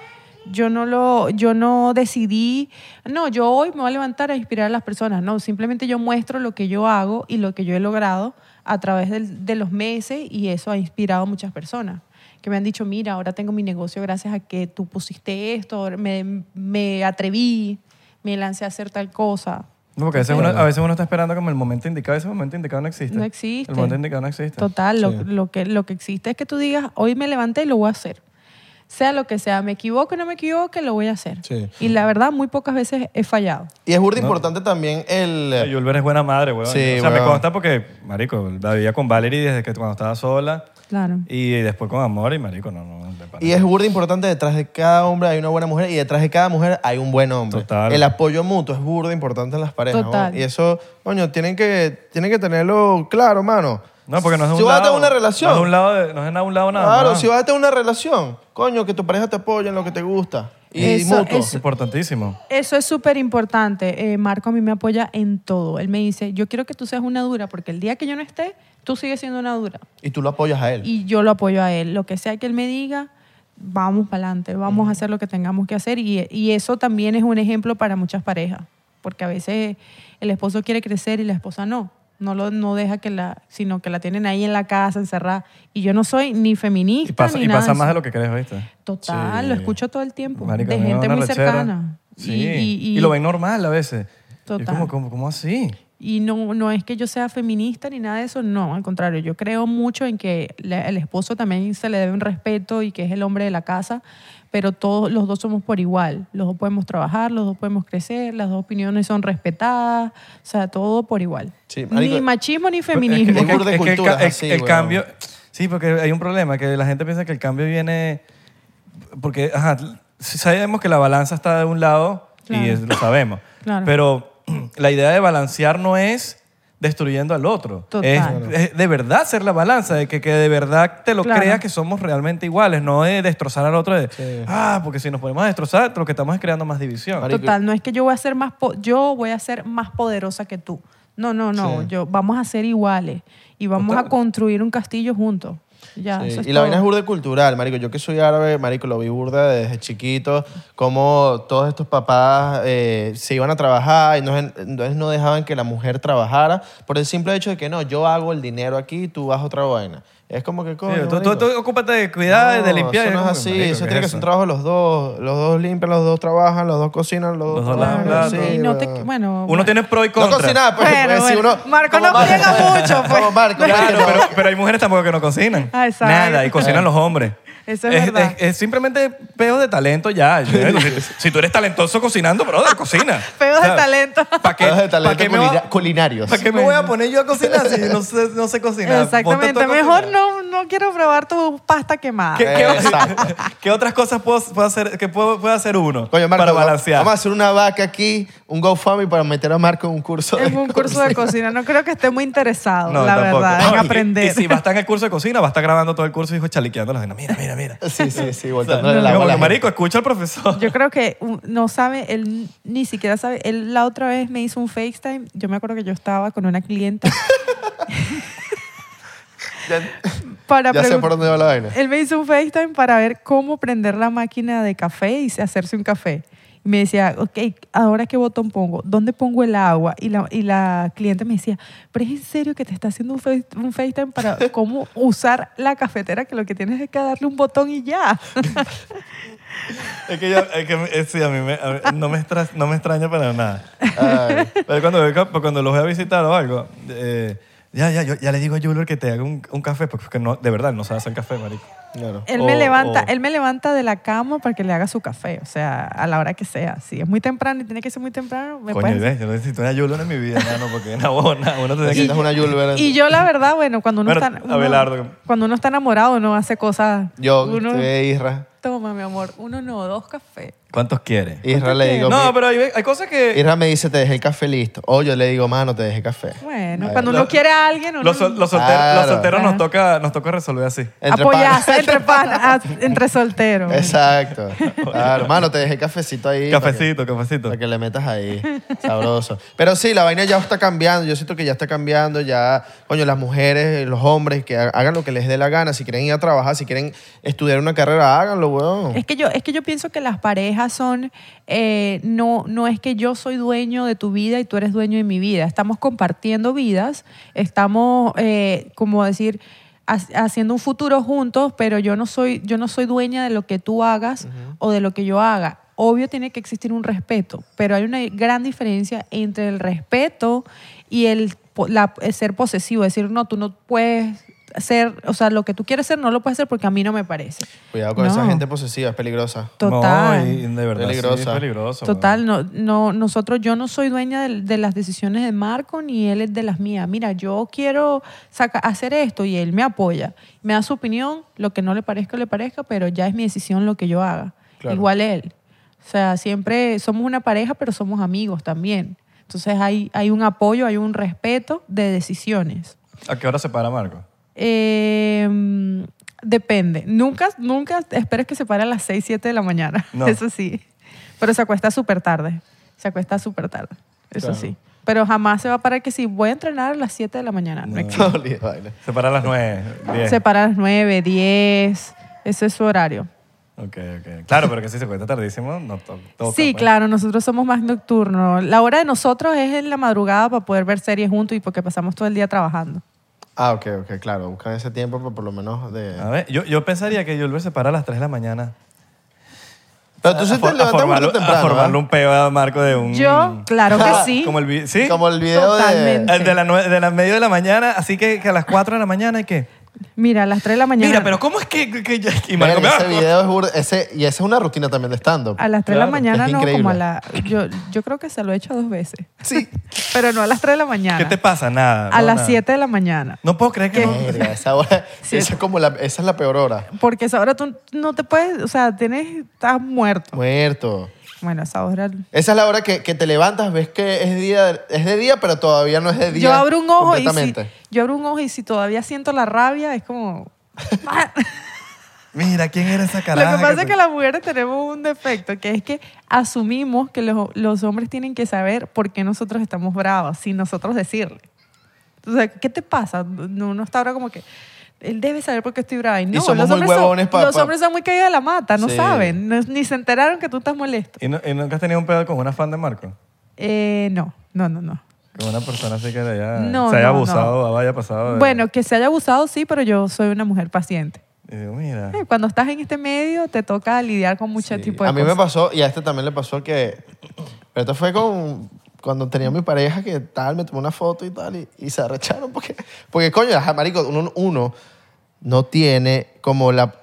Speaker 5: Yo no lo, yo no decidí, no, yo hoy me voy a levantar a inspirar a las personas. No, simplemente yo muestro lo que yo hago y lo que yo he logrado a través del- de los meses y eso ha inspirado a muchas personas que me han dicho, mira, ahora tengo mi negocio gracias a que tú pusiste esto, ahora me, me atreví, me lancé a hacer tal cosa.
Speaker 3: que... No, porque a veces, uno, a veces uno está esperando como el momento indicado, ese momento indicado no existe.
Speaker 5: No existe.
Speaker 3: El momento indicado no existe.
Speaker 5: Total, lo, lo que, lo que existe es que tú digas, hoy me levanté y lo voy a hacer. Sea lo que sea, me equivoco o no me equivoque, lo voy a hacer.
Speaker 4: Sí.
Speaker 5: Y la verdad, muy pocas veces he fallado.
Speaker 4: Y es burda importante también el...
Speaker 3: Ay, Yulber es buena madre, weón.
Speaker 4: Sí,
Speaker 3: o sea, me
Speaker 4: weón.
Speaker 3: consta porque, marico, la vivía con Valerie desde que cuando estaba sola.
Speaker 5: Claro.
Speaker 3: Y después con amor y marico, no, no. de pana.
Speaker 4: Y es burda importante, detrás de cada hombre hay una buena mujer y detrás de cada mujer hay un buen hombre.
Speaker 3: Total.
Speaker 4: El apoyo mutuo es burda importante en las parejas.
Speaker 5: Total.
Speaker 4: ¿no? Y eso, coño, tienen que, tienen que tenerlo claro, mano.
Speaker 3: No, porque no es de un
Speaker 4: si vas a
Speaker 3: lado.
Speaker 4: tener una relación.
Speaker 3: No es de un lado, de- no es de un lado nada
Speaker 4: claro,
Speaker 3: más.
Speaker 4: si vas a tener una relación, coño, que tu pareja te apoye en lo que te gusta. Y
Speaker 5: Eso,
Speaker 4: mutuo.
Speaker 5: eso.
Speaker 3: Importantísimo.
Speaker 5: Eso es súper importante. Eh, Marco a mí me apoya en todo. Él me dice, yo quiero que tú seas una dura, porque el día que yo no esté, tú sigues siendo una dura.
Speaker 4: Y tú lo apoyas a él.
Speaker 5: Y yo lo apoyo a él. Lo que sea que él me diga, vamos para adelante, vamos a hacer lo que tengamos que hacer. Y, y eso también es un ejemplo para muchas parejas, porque a veces el esposo quiere crecer y la esposa no. No, lo, no deja que la, sino que la tienen ahí en la casa encerrada. Y yo no soy ni feminista.
Speaker 3: Y pasa,
Speaker 5: ni
Speaker 3: y
Speaker 5: nada
Speaker 3: pasa más de
Speaker 5: eso.
Speaker 3: lo que crees, ¿viste?
Speaker 5: Total,
Speaker 3: Sí.
Speaker 5: lo escucho todo el tiempo.
Speaker 3: Marico, a
Speaker 5: de
Speaker 3: mí me da
Speaker 5: gente
Speaker 3: una
Speaker 5: muy
Speaker 3: rechera.
Speaker 5: cercana.
Speaker 3: Sí.
Speaker 5: Y, y- y-
Speaker 3: lo ven normal a veces. Y es
Speaker 5: Total.
Speaker 3: como, como, ¿cómo así?
Speaker 5: y no, no es que yo sea feminista ni nada de eso, no, al contrario, yo creo mucho en que la- el esposo también se le debe un respeto y que es el hombre de la casa, pero todos los dos somos por igual, los dos podemos trabajar, los dos podemos crecer, las dos opiniones son respetadas, o sea, todo por igual.
Speaker 4: Sí, marico.
Speaker 5: ni machismo ni
Speaker 3: Es
Speaker 5: feminismo.
Speaker 3: que- es que-
Speaker 4: burda de
Speaker 3: es que el
Speaker 4: culturas,
Speaker 3: ca- el-
Speaker 4: así,
Speaker 3: el
Speaker 4: weón.
Speaker 3: cambio. Sí, porque hay un problema, que la gente piensa que el cambio viene. Porque, ajá, sí sabemos que la balanza está de un lado y
Speaker 5: Claro.
Speaker 3: es- lo sabemos.
Speaker 5: [COUGHS] Claro.
Speaker 3: Pero [CLEARS THROAT] la idea de balancear no es destruyendo al otro.
Speaker 5: Total.
Speaker 3: Es-
Speaker 5: Claro.
Speaker 3: Es, de verdad ser la balanza, de que, que de verdad te lo
Speaker 5: Claro.
Speaker 3: creas que somos realmente iguales, no de destrozar al otro. De, Ah, porque si nos ponemos a destrozar, lo que estamos es creando más división.
Speaker 4: Marico,
Speaker 5: Total, no es que yo voy a ser más po- yo voy a ser más poderosa que tú. No, no, no,
Speaker 4: Sí.
Speaker 5: yo vamos a ser iguales y vamos
Speaker 3: Total.
Speaker 5: a construir un castillo juntos. Ya,
Speaker 4: Sí,
Speaker 5: eso es
Speaker 4: Y la vaina es
Speaker 5: todo.
Speaker 4: burda cultural, marico. Yo que soy árabe, marico, lo vi burda desde chiquito, como todos estos papás eh, se iban a trabajar y no, entonces no dejaban que la mujer trabajara por el simple hecho de que no, yo hago el dinero aquí, tú haz otra vaina. Es como que, coño,
Speaker 3: Sí, tú, tú,
Speaker 4: marico,
Speaker 3: tú ocúpate de cuidar,
Speaker 4: no,
Speaker 3: de limpiar.
Speaker 4: Eso no es
Speaker 3: Como,
Speaker 4: así,
Speaker 3: marico,
Speaker 4: eso
Speaker 3: ¿qué
Speaker 4: tiene
Speaker 3: es
Speaker 4: que ser un trabajo de los dos. Los dos limpian, los dos trabajan, los dos cocinan, los,
Speaker 3: Los
Speaker 4: dos
Speaker 3: dos lavan
Speaker 4: trabajan,
Speaker 3: platos.
Speaker 4: sí,
Speaker 5: Y no te-
Speaker 4: weón.
Speaker 5: bueno,
Speaker 3: Uno tiene pro y
Speaker 4: No
Speaker 3: contra.
Speaker 4: cocinar, pues,
Speaker 5: Bueno,
Speaker 4: pues, si
Speaker 5: bueno.
Speaker 4: uno-
Speaker 5: Marco
Speaker 4: como
Speaker 5: no friega mucho, pues.
Speaker 4: Como Marco,
Speaker 3: Claro,
Speaker 4: marico,
Speaker 3: pero,
Speaker 4: no.
Speaker 3: pero hay mujeres tampoco que no cocinan.
Speaker 5: Ah, exacto.
Speaker 3: Nada, y cocinan los hombres.
Speaker 5: Eso es verdad.
Speaker 3: es simplemente peo de talento
Speaker 4: [LAUGHS]
Speaker 3: ya. si, si tú eres talentoso cocinando, brother, cocina.
Speaker 5: [LAUGHS] Peo
Speaker 3: [LAUGHS]
Speaker 5: de talento.
Speaker 3: ¿Para qué,
Speaker 4: Todos de
Speaker 3: pa'
Speaker 4: talentos
Speaker 3: qué me va-
Speaker 4: culina- culinarios.
Speaker 3: pa' qué me voy a poner yo a cocinar si no sé, no sé cocinar? Ponte tú
Speaker 5: Exactamente.
Speaker 3: a
Speaker 5: Mejor
Speaker 3: cocinar.
Speaker 5: no, no quiero probar tu pasta quemada.
Speaker 3: ¿Qué, qué-
Speaker 4: Exacto.
Speaker 3: [LAUGHS] qué otras cosas puedo, puedo hacer, que puedo, puede hacer uno
Speaker 4: Coño, Marco,
Speaker 3: para balancear?
Speaker 4: Vamos a hacer una vaca aquí, un GoFundMe para meter a Marco en un curso
Speaker 3: [LAUGHS]
Speaker 5: En un curso de cocina. No creo que esté muy interesado,
Speaker 3: No,
Speaker 5: la
Speaker 3: tampoco.
Speaker 5: verdad,
Speaker 3: No,
Speaker 5: en
Speaker 3: y-
Speaker 5: aprender.
Speaker 3: Y, si va a estar en el curso de cocina, va a estar grabando todo el curso y hijo chaliqueando las vainas. Mira, mira, mira.
Speaker 4: Sí, sí, sí, volteándole
Speaker 3: Como
Speaker 4: la bola.
Speaker 3: que, marico, escucha al profesor.
Speaker 5: Yo creo que un- no sabe, él ni siquiera sabe. Él la otra vez me hizo un FaceTime. Yo me acuerdo que yo estaba con
Speaker 3: [LAUGHS]
Speaker 5: una clienta para
Speaker 4: Ya sé
Speaker 5: pregun-
Speaker 4: por dónde va la vaina.
Speaker 5: [LAUGHS] Él me hizo un FaceTime para ver cómo prender la máquina de café y hacerse un café. Y me decía, ok, ¿ahora qué botón pongo? ¿Dónde pongo el agua? Y la, y la cliente me decía, pero es en serio que te está haciendo un, face- un FaceTime para cómo usar la cafetera, que lo que tienes es que darle un botón y ya. [LAUGHS]
Speaker 3: Es que, yo, es que eh, sí, a mí, me- a mí- no, me extra- no me extraña para nada.
Speaker 4: Ay,
Speaker 3: Pero cuando, voy- cuando los voy a visitar o algo, eh, Ya, ya, yo ya le digo a Julio que te haga un, un café, pues, porque no, de verdad no sabe hacer café, marico. [LAUGHS]
Speaker 4: Claro.
Speaker 5: Él me
Speaker 3: O-
Speaker 5: levanta,
Speaker 3: o-
Speaker 5: él me levanta de la cama para que le haga su café, o sea, a la hora que sea. Si es muy temprano y tiene que ser muy temprano, me
Speaker 3: Coño,
Speaker 5: puedes.
Speaker 3: ¿ves? yo necesito una Julio en mi vida, hermano, porque en abona uno tiene que...
Speaker 4: Necesitas una Yulver.
Speaker 5: Y yo la verdad, bueno, cuando uno
Speaker 3: Pero,
Speaker 5: está uno-
Speaker 3: Abelardo.
Speaker 5: cuando uno está enamorado no hace cosas.
Speaker 4: Yo, este,
Speaker 5: uno,
Speaker 4: de Isra.
Speaker 5: toma, mi amor, uno no, dos cafés.
Speaker 3: ¿Cuántos quieres?
Speaker 4: Isra le digo.
Speaker 3: No,
Speaker 4: mi-
Speaker 3: pero hay, hay cosas que...
Speaker 4: Isra me dice, te dejé el café listo. O yo le digo, mano, te dejé café.
Speaker 5: Bueno,
Speaker 4: Ay,
Speaker 5: cuando
Speaker 3: lo-
Speaker 5: uno quiere a alguien, uno
Speaker 3: Los, sol- los solteros, los
Speaker 4: Claro.
Speaker 3: solteros nos,
Speaker 5: Ajá.
Speaker 3: toca, nos toca resolver así.
Speaker 4: Entre
Speaker 5: apoyarse
Speaker 4: panas.
Speaker 5: [LAUGHS] entre panas, entre
Speaker 4: [LAUGHS]
Speaker 5: solteros.
Speaker 4: Exacto. Claro, mano, te dejé cafecito ahí.
Speaker 3: Cafecito,
Speaker 4: Para que,
Speaker 3: cafecito.
Speaker 4: para que le metas ahí. [LAUGHS] Sabroso. Pero sí, la vaina ya está cambiando. Yo siento que ya está cambiando. Ya, coño, las mujeres, eh, los hombres, que ha- hagan lo que les dé la gana. Si quieren ir a trabajar, si quieren estudiar una carrera, háganlo,
Speaker 3: Oh.
Speaker 4: weón.
Speaker 5: Es que yo, es que yo pienso que las parejas son, eh, no, no es que yo soy dueño de tu vida y tú eres dueño de mi vida. Estamos compartiendo vidas, estamos, eh, como decir, ha- haciendo un futuro juntos, pero yo no soy, yo no soy dueña de lo que tú hagas o de lo que yo haga. Obvio tiene que existir un respeto, pero hay una gran diferencia entre el respeto y el, po- la- el ser posesivo, decir, no, tú no puedes ser, o sea, lo que tú quieres ser no lo puedes hacer porque a mí no me parece.
Speaker 4: Cuidado con esa
Speaker 5: No.
Speaker 4: gente posesiva, es peligrosa.
Speaker 5: Total.
Speaker 3: No, y de verdad, sí,
Speaker 4: Peligrosa.
Speaker 3: es peligroso.
Speaker 5: Total, no, no, nosotros, yo no soy dueña del- de, las decisiones de Marco ni él es de las mías. Mira, yo quiero saca- hacer esto y él me apoya. Me da su opinión, lo que no le parezca, le parezca, pero ya es mi decisión lo que yo haga.
Speaker 4: Claro.
Speaker 5: Igual él. O sea, siempre somos una pareja, pero somos amigos también. Entonces hay, hay un apoyo, hay un respeto de decisiones.
Speaker 3: weón. ¿A qué hora se para, Marco?
Speaker 5: Eh, mm, depende. Nunca, nunca esperes que se pare a las 6, 7 de la mañana.
Speaker 3: No.
Speaker 5: [LAUGHS] Eso sí. Pero se acuesta súper tarde. Se acuesta súper tarde. Eso
Speaker 4: Claro.
Speaker 5: sí. Pero jamás se va a parar que si voy a entrenar a las 7 de la mañana.
Speaker 4: [LAUGHS]
Speaker 5: No existe.
Speaker 4: Olvida vaina.
Speaker 3: Se para a las nueve, diez.
Speaker 5: Se para a las 9, 10. Ese es su horario.
Speaker 3: Ok, ok. Claro, pero que si se cuenta tardísimo, no to- toca.
Speaker 5: sí,
Speaker 3: pues.
Speaker 5: claro, nosotros somos más nocturnos. La hora de nosotros es en la madrugada para poder ver series juntos y porque pasamos todo el día trabajando.
Speaker 4: Ah, ok, ok, claro. Buscan ese tiempo, por, por lo menos de.
Speaker 3: A ver, yo, yo pensaría que Julber se para a las 3 de la mañana.
Speaker 4: Pero tú sí te
Speaker 3: for-
Speaker 4: levantas muy
Speaker 3: formarlo-
Speaker 4: temprano.
Speaker 3: a formarle
Speaker 4: ¿verdad?
Speaker 3: un peo a Marco de un...
Speaker 5: Yo, claro que sí.
Speaker 3: [LAUGHS] Como el, vi- ¿sí?
Speaker 4: Como el video
Speaker 5: Totalmente.
Speaker 4: de.
Speaker 3: El de la, nue- de la medio de la mañana, así que, que a las 4 de la mañana hay que...
Speaker 5: Mira, a las 3 de la mañana.
Speaker 3: Mira, pero ¿cómo es que...? que ya- y Marco,
Speaker 4: Verga, ese
Speaker 3: "Ah".
Speaker 4: video es burde- ese, y esa es una rutina también de stand-up.
Speaker 5: A las 3 de la
Speaker 3: Claro,
Speaker 5: mañana
Speaker 4: es
Speaker 5: no,
Speaker 4: increíble.
Speaker 5: como a la... Yo, yo creo que se lo he hecho dos veces.
Speaker 4: Sí.
Speaker 5: [LAUGHS] Pero no a las 3 de la mañana.
Speaker 3: ¿Qué te pasa? Nada.
Speaker 5: A
Speaker 3: no,
Speaker 5: las
Speaker 3: nada.
Speaker 5: 7 de la mañana.
Speaker 3: No puedo creer que... no-
Speaker 4: Verga, esa, hora-
Speaker 5: [LAUGHS] Sí.
Speaker 4: esa es como la, esa es la peor hora.
Speaker 5: Porque a esa hora tú no te puedes... O sea, tienes... Estás muerto.
Speaker 4: Muerto.
Speaker 5: Bueno, a esa hora...
Speaker 4: Esa es la hora que, que te levantas, ves que es día, es de día, pero todavía no es de día.
Speaker 5: Yo abro un ojo y si...
Speaker 4: completamente.
Speaker 5: Yo abro un ojo y si todavía siento la rabia,
Speaker 3: [LAUGHS]
Speaker 5: es como...
Speaker 3: Mira, ¿quién era esa
Speaker 5: Lo que
Speaker 3: caraja?
Speaker 5: pasa es
Speaker 3: te-
Speaker 5: que las mujeres tenemos un defecto, que es que asumimos que los, los hombres tienen que saber por qué nosotros estamos bravos, sin nosotros decirle. O sea, ¿qué te pasa? No- Uno está ahora como que, él debe saber por qué estoy brava. Y no,
Speaker 4: somos
Speaker 5: los,
Speaker 4: muy
Speaker 5: hombres
Speaker 4: huevones
Speaker 5: son,
Speaker 4: pa-
Speaker 5: los
Speaker 4: pa-
Speaker 5: hombres son muy caídos de la mata, no
Speaker 4: Sí.
Speaker 5: saben, no- ni se enteraron que tú estás molesto.
Speaker 3: ¿Y, no- y nunca has tenido un pedo con una fan de Marco?
Speaker 5: Eh, no, no, no, no.
Speaker 3: Con una persona así que le haya,
Speaker 5: No,
Speaker 3: se haya
Speaker 5: no, no.
Speaker 3: abusado, haya pasado. de-
Speaker 5: Bueno, que se haya abusado, sí, pero yo soy una mujer paciente.
Speaker 3: Y digo, mira.
Speaker 5: Eh, Cuando estás en este medio, te toca lidiar con mucho
Speaker 4: Ah. Sí.
Speaker 5: tipo de
Speaker 4: A mí
Speaker 5: cosas.
Speaker 4: me pasó, y a este también le pasó que. Pero esto fue con. Cuando tenía mi pareja que tal, me tomó una foto y tal, y, y se arrecharon porque. Porque, coño, ajá, marico, uno, uno no tiene como la,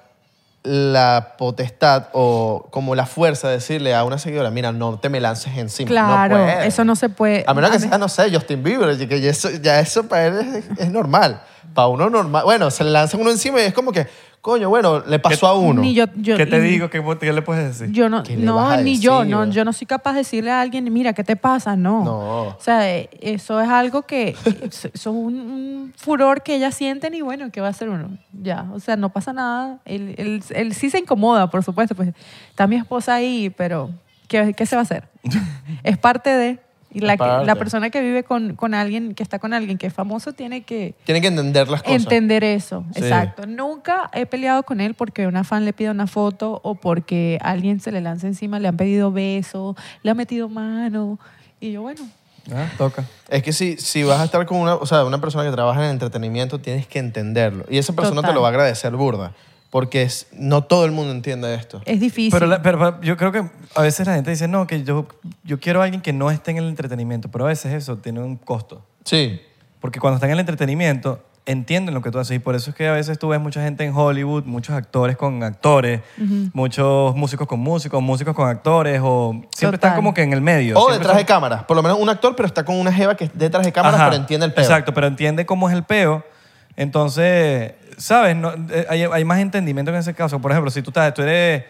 Speaker 4: la potestad o como la fuerza de decirle a una seguidora, mira, no te me lances encima.
Speaker 5: Claro,
Speaker 4: no puedes.
Speaker 5: eso no se puede.
Speaker 4: A menos que
Speaker 5: Eh, A
Speaker 4: sea, no sé, Justin Bieber, y que ya eso, ya eso para él es, es normal. Para uno normal. Bueno, se le lanzan uno encima y es como que, coño, bueno, le pasó a uno.
Speaker 5: Eh, Ni yo- yo-
Speaker 3: ¿Qué te
Speaker 5: y-
Speaker 3: digo? ¿Qué, qué le puedes decir?
Speaker 5: Yo no,
Speaker 4: ¿Qué le vas
Speaker 5: no
Speaker 4: a
Speaker 5: ni yo,
Speaker 4: decir?
Speaker 5: no, yo no soy capaz de decirle a alguien, mira, ¿qué te pasa? No.
Speaker 4: No.
Speaker 5: O sea, eh, eso es algo que, [LAUGHS] eso es un, un furor que ellas sienten y bueno, ¿qué va a hacer uno? Ya, o sea, no pasa nada. Él, él- él sí se incomoda, por supuesto, pues está mi esposa ahí, pero ¿qué, qué se va
Speaker 4: [LAUGHS]
Speaker 5: a hacer? es parte de... y la, que- la
Speaker 4: Aparte.
Speaker 5: persona que vive con, con alguien, que está con alguien que es famoso, tiene que
Speaker 4: Tienen que entender las cosas.
Speaker 5: entender eso,
Speaker 4: Sí.
Speaker 5: exacto. Nunca he peleado con él porque una fan le pida una foto o porque alguien se le lanza encima, le han pedido beso, le han metido mano. Y yo, bueno,
Speaker 3: Ah, toca.
Speaker 4: Es que si, si vas a estar con una, o sea, una persona que trabaja en el entretenimiento, tienes que entenderlo. Y esa persona te
Speaker 5: Total.
Speaker 4: lo va a agradecer burda. Porque es- no todo el mundo entiende esto.
Speaker 5: es difícil.
Speaker 3: Pero, la- pero- pero yo creo que a veces la gente dice, no, que yo, yo quiero a alguien que no esté en el entretenimiento, pero a veces eso tiene un costo.
Speaker 4: Sí.
Speaker 3: Porque cuando están en el entretenimiento, entienden lo que tú haces. Y por eso es que a veces tú ves mucha gente en Hollywood, muchos actores con actores, muchos músicos con músicos, músicos con actores, o siempre
Speaker 5: Total.
Speaker 3: están como que en el medio.
Speaker 4: O
Speaker 3: Siempre
Speaker 4: detrás de
Speaker 3: son-
Speaker 4: cámaras. Por lo menos un actor, pero está con una jeva que es detrás de cámaras,
Speaker 3: Ajá,
Speaker 4: pero entiende el pedo.
Speaker 3: Exacto, pero entiende cómo es el peo. Entonces, ¿sabes? No, eh, hay, hay más entendimiento que en ese caso. Por ejemplo, si tú, estás, tú eres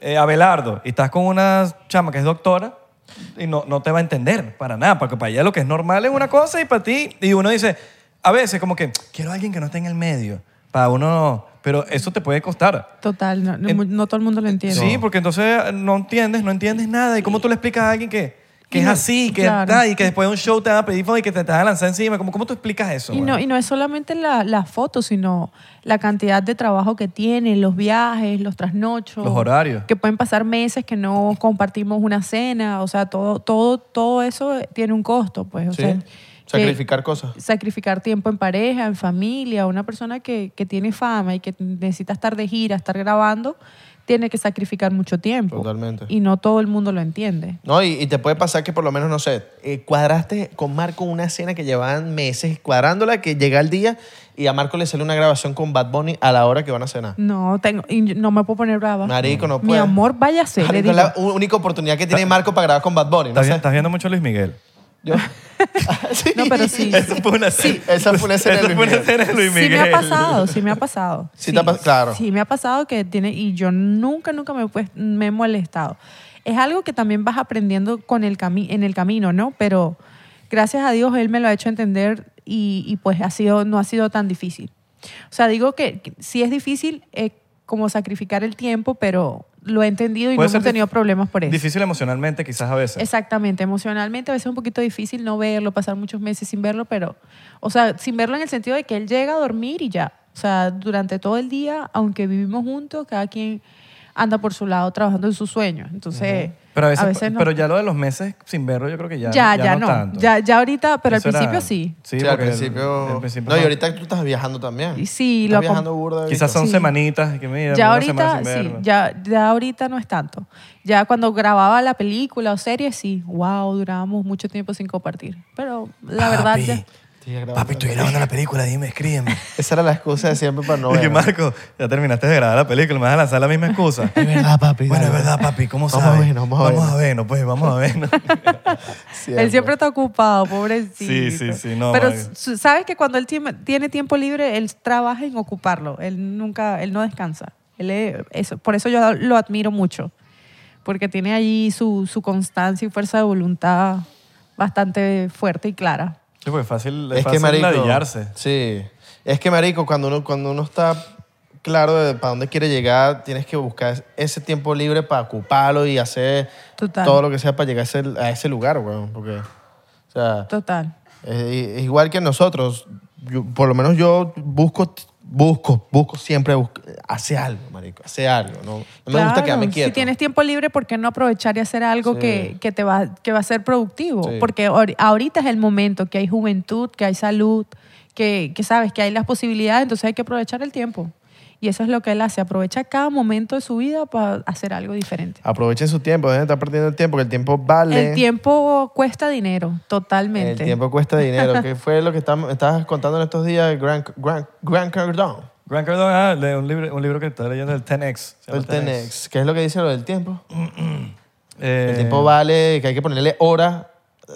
Speaker 3: eh, Abelardo y estás con una chama que es doctora y no, no te va a entender para nada, porque para ella lo que es normal es una cosa y para ti, y uno dice, a veces como que, quiero a alguien que no esté en el medio, para uno, pero eso te puede costar.
Speaker 5: Total, no, no-
Speaker 3: En-
Speaker 5: no todo el mundo lo entiende.
Speaker 3: Sí, porque entonces eh, no entiendes, no entiendes nada. ¿Y cómo tú le explicas a alguien que, que
Speaker 5: Y
Speaker 3: es
Speaker 5: no-
Speaker 3: así, que
Speaker 5: claro.
Speaker 3: está, y que después de un show te van a pedir fotos y que te, te van a lanzar encima? ¿Cómo, cómo tú explicas eso?
Speaker 5: Y
Speaker 3: weón?
Speaker 5: no, y no es solamente la, las fotos, sino la cantidad de trabajo que tiene, los viajes, los trasnochos.
Speaker 3: Los horarios.
Speaker 5: Que pueden pasar meses que no compartimos una cena. O sea, todo, todo, todo eso tiene un costo, pues. O
Speaker 4: Sí.
Speaker 5: sea, que- Eh,
Speaker 4: Sacrificar cosas.
Speaker 5: Sacrificar tiempo en pareja, en familia. Una persona que, que tiene fama y que necesita estar de gira, estar grabando, tiene que sacrificar mucho tiempo.
Speaker 4: Totalmente.
Speaker 5: Y no todo el mundo lo entiende.
Speaker 4: No, y, y te puede pasar que por lo menos, no sé, eh, cuadraste con Marco una cena que llevaban meses cuadrándola, que llega el día y a Marco le sale una grabación con Bad Bunny a la hora que van a cenar.
Speaker 5: No, tengo, y no me puedo poner brava.
Speaker 4: Marico, no
Speaker 5: Mi
Speaker 4: puede.
Speaker 5: amor, váyase, le
Speaker 4: Marico,
Speaker 5: digo.
Speaker 4: es la u- única oportunidad que tiene Marco para grabar con Bad Bunny. No
Speaker 3: ¿Estás, vi-
Speaker 4: sé.
Speaker 3: estás viendo mucho a Luis Miguel.
Speaker 4: Yo-
Speaker 5: [LAUGHS]
Speaker 4: [LAUGHS] Sí.
Speaker 5: No, pero sí.
Speaker 3: Eso fue una,
Speaker 4: Sí, esa fue una escena de
Speaker 3: eso
Speaker 4: Luis
Speaker 3: fue una
Speaker 4: Miguel.
Speaker 3: escena de Luis
Speaker 5: Sí
Speaker 3: Miguel.
Speaker 5: me ha pasado, sí me ha
Speaker 3: [LAUGHS]
Speaker 5: pasado.
Speaker 4: Sí te ha pas- claro.
Speaker 5: Sí me ha pasado que tiene y yo nunca nunca me, he puest- me he molestado. Es algo que también vas aprendiendo con el cami en el camino, ¿no? Pero gracias a Dios él me lo ha hecho entender y, y, pues ha sido no ha sido tan difícil. O sea, digo que, que sí es difícil eh, como sacrificar el tiempo, pero lo he entendido y no
Speaker 3: Puede ser
Speaker 5: hemos tenido
Speaker 3: dif-
Speaker 5: problemas por eso.
Speaker 3: Difícil emocionalmente quizás a veces.
Speaker 5: Exactamente, emocionalmente a veces es un poquito difícil no verlo, pasar muchos meses sin verlo, pero, o sea, sin verlo en el sentido de que él llega a dormir y ya. O sea, durante todo el día, aunque vivimos juntos, cada quien anda por su lado trabajando en sus sueños. Entonces,
Speaker 3: pero a veces,
Speaker 5: no.
Speaker 3: pero ya lo de los meses sin verlo, yo creo que ya,
Speaker 5: ya, ya, no.
Speaker 3: tanto.
Speaker 5: Ya, ya ahorita, pero
Speaker 3: Eso
Speaker 5: al
Speaker 3: era-
Speaker 5: principio sí.
Speaker 3: Sí,
Speaker 4: Sí, al
Speaker 3: porque el-
Speaker 4: principio.
Speaker 3: el principio
Speaker 4: no, y
Speaker 3: no.
Speaker 4: ahorita tú estás viajando también.
Speaker 5: Y sí,
Speaker 4: Estás
Speaker 5: lo acom-
Speaker 4: viajando burda. de
Speaker 3: Quizás
Speaker 4: bicho.
Speaker 3: son
Speaker 5: Sí.
Speaker 3: semanitas. Que mira,
Speaker 5: Ya
Speaker 3: una semana
Speaker 5: ahorita,
Speaker 3: sin
Speaker 5: sí,
Speaker 3: verlo.
Speaker 5: ya, ya ahorita no es tanto. Ya cuando grababa la película o serie, sí, wow, durábamos mucho tiempo sin compartir. Pero la verdad,
Speaker 3: Papi,
Speaker 5: ya,
Speaker 4: Sí, grabando.
Speaker 3: Papi, estoy grabando la película, dime, [LAUGHS] escríbeme.
Speaker 4: Esa era la excusa de siempre para no
Speaker 3: [LAUGHS] Y que
Speaker 4: ver.
Speaker 3: Marco, ya terminaste de grabar la película, me vas a lanzar la misma excusa.
Speaker 4: [LAUGHS] Es verdad, papi,
Speaker 3: Bueno,
Speaker 4: dale.
Speaker 3: es verdad, papi, ¿cómo
Speaker 4: Vamos
Speaker 3: sabes?
Speaker 4: a vernos, vamos a vernos.
Speaker 3: vernos, pues, vamos a
Speaker 4: [LAUGHS]
Speaker 3: vernos.
Speaker 5: Él siempre está ocupado, pobrecito.
Speaker 3: Sí, sí, sí, no,
Speaker 5: Pero
Speaker 3: marico.
Speaker 5: su- sabes que cuando él tiene tiene tiempo libre, él trabaja en ocuparlo. Él nunca, él no descansa. Él es- eso, por eso yo lo admiro mucho. Porque tiene allí su, su constancia y fuerza de voluntad bastante fuerte y clara.
Speaker 3: Sí, porque fácil, es
Speaker 4: Es que
Speaker 3: fácil
Speaker 4: marico.
Speaker 3: ladillarse.
Speaker 4: Sí. Es que marico, cuando uno, cuando uno está claro de para dónde quiere llegar, tienes que buscar ese tiempo libre para ocuparlo y hacer
Speaker 5: Total.
Speaker 4: todo lo que sea para llegar a ese, a ese lugar, weón. Porque, o sea,
Speaker 5: Total.
Speaker 4: eh, i- igual que nosotros, yo- por lo menos yo busco, busco, busco siempre busc- hacer algo, marico, hacer algo. No, no me gusta
Speaker 5: Claro,
Speaker 4: quedarme quieto.
Speaker 5: Si tienes tiempo libre, ¿por qué no aprovechar y hacer algo
Speaker 4: Sí.
Speaker 5: que, que te va, que va a ser productivo?
Speaker 4: Sí.
Speaker 5: Porque ahor- ahorita es el momento, que hay juventud, que hay salud, que, que sabes que hay las posibilidades, entonces hay que aprovechar el tiempo. Y eso es lo que él hace, aprovecha cada momento de su vida para hacer algo diferente.
Speaker 4: Aprovechen su tiempo, dejen de estar perdiendo el tiempo, que el tiempo vale.
Speaker 5: El tiempo cuesta dinero, totalmente.
Speaker 4: El tiempo cuesta dinero. ¿Qué fue lo que estam- estabas contando en estos días? Gran, Gran, Gran Cardone.
Speaker 3: Grant Cardone, ah, lee un libro, un libro que está leyendo, el 10X. se llama
Speaker 4: El 10X. ¿Qué es lo que dice lo del tiempo?
Speaker 3: Eh,
Speaker 4: El tiempo vale, que hay que ponerle horas.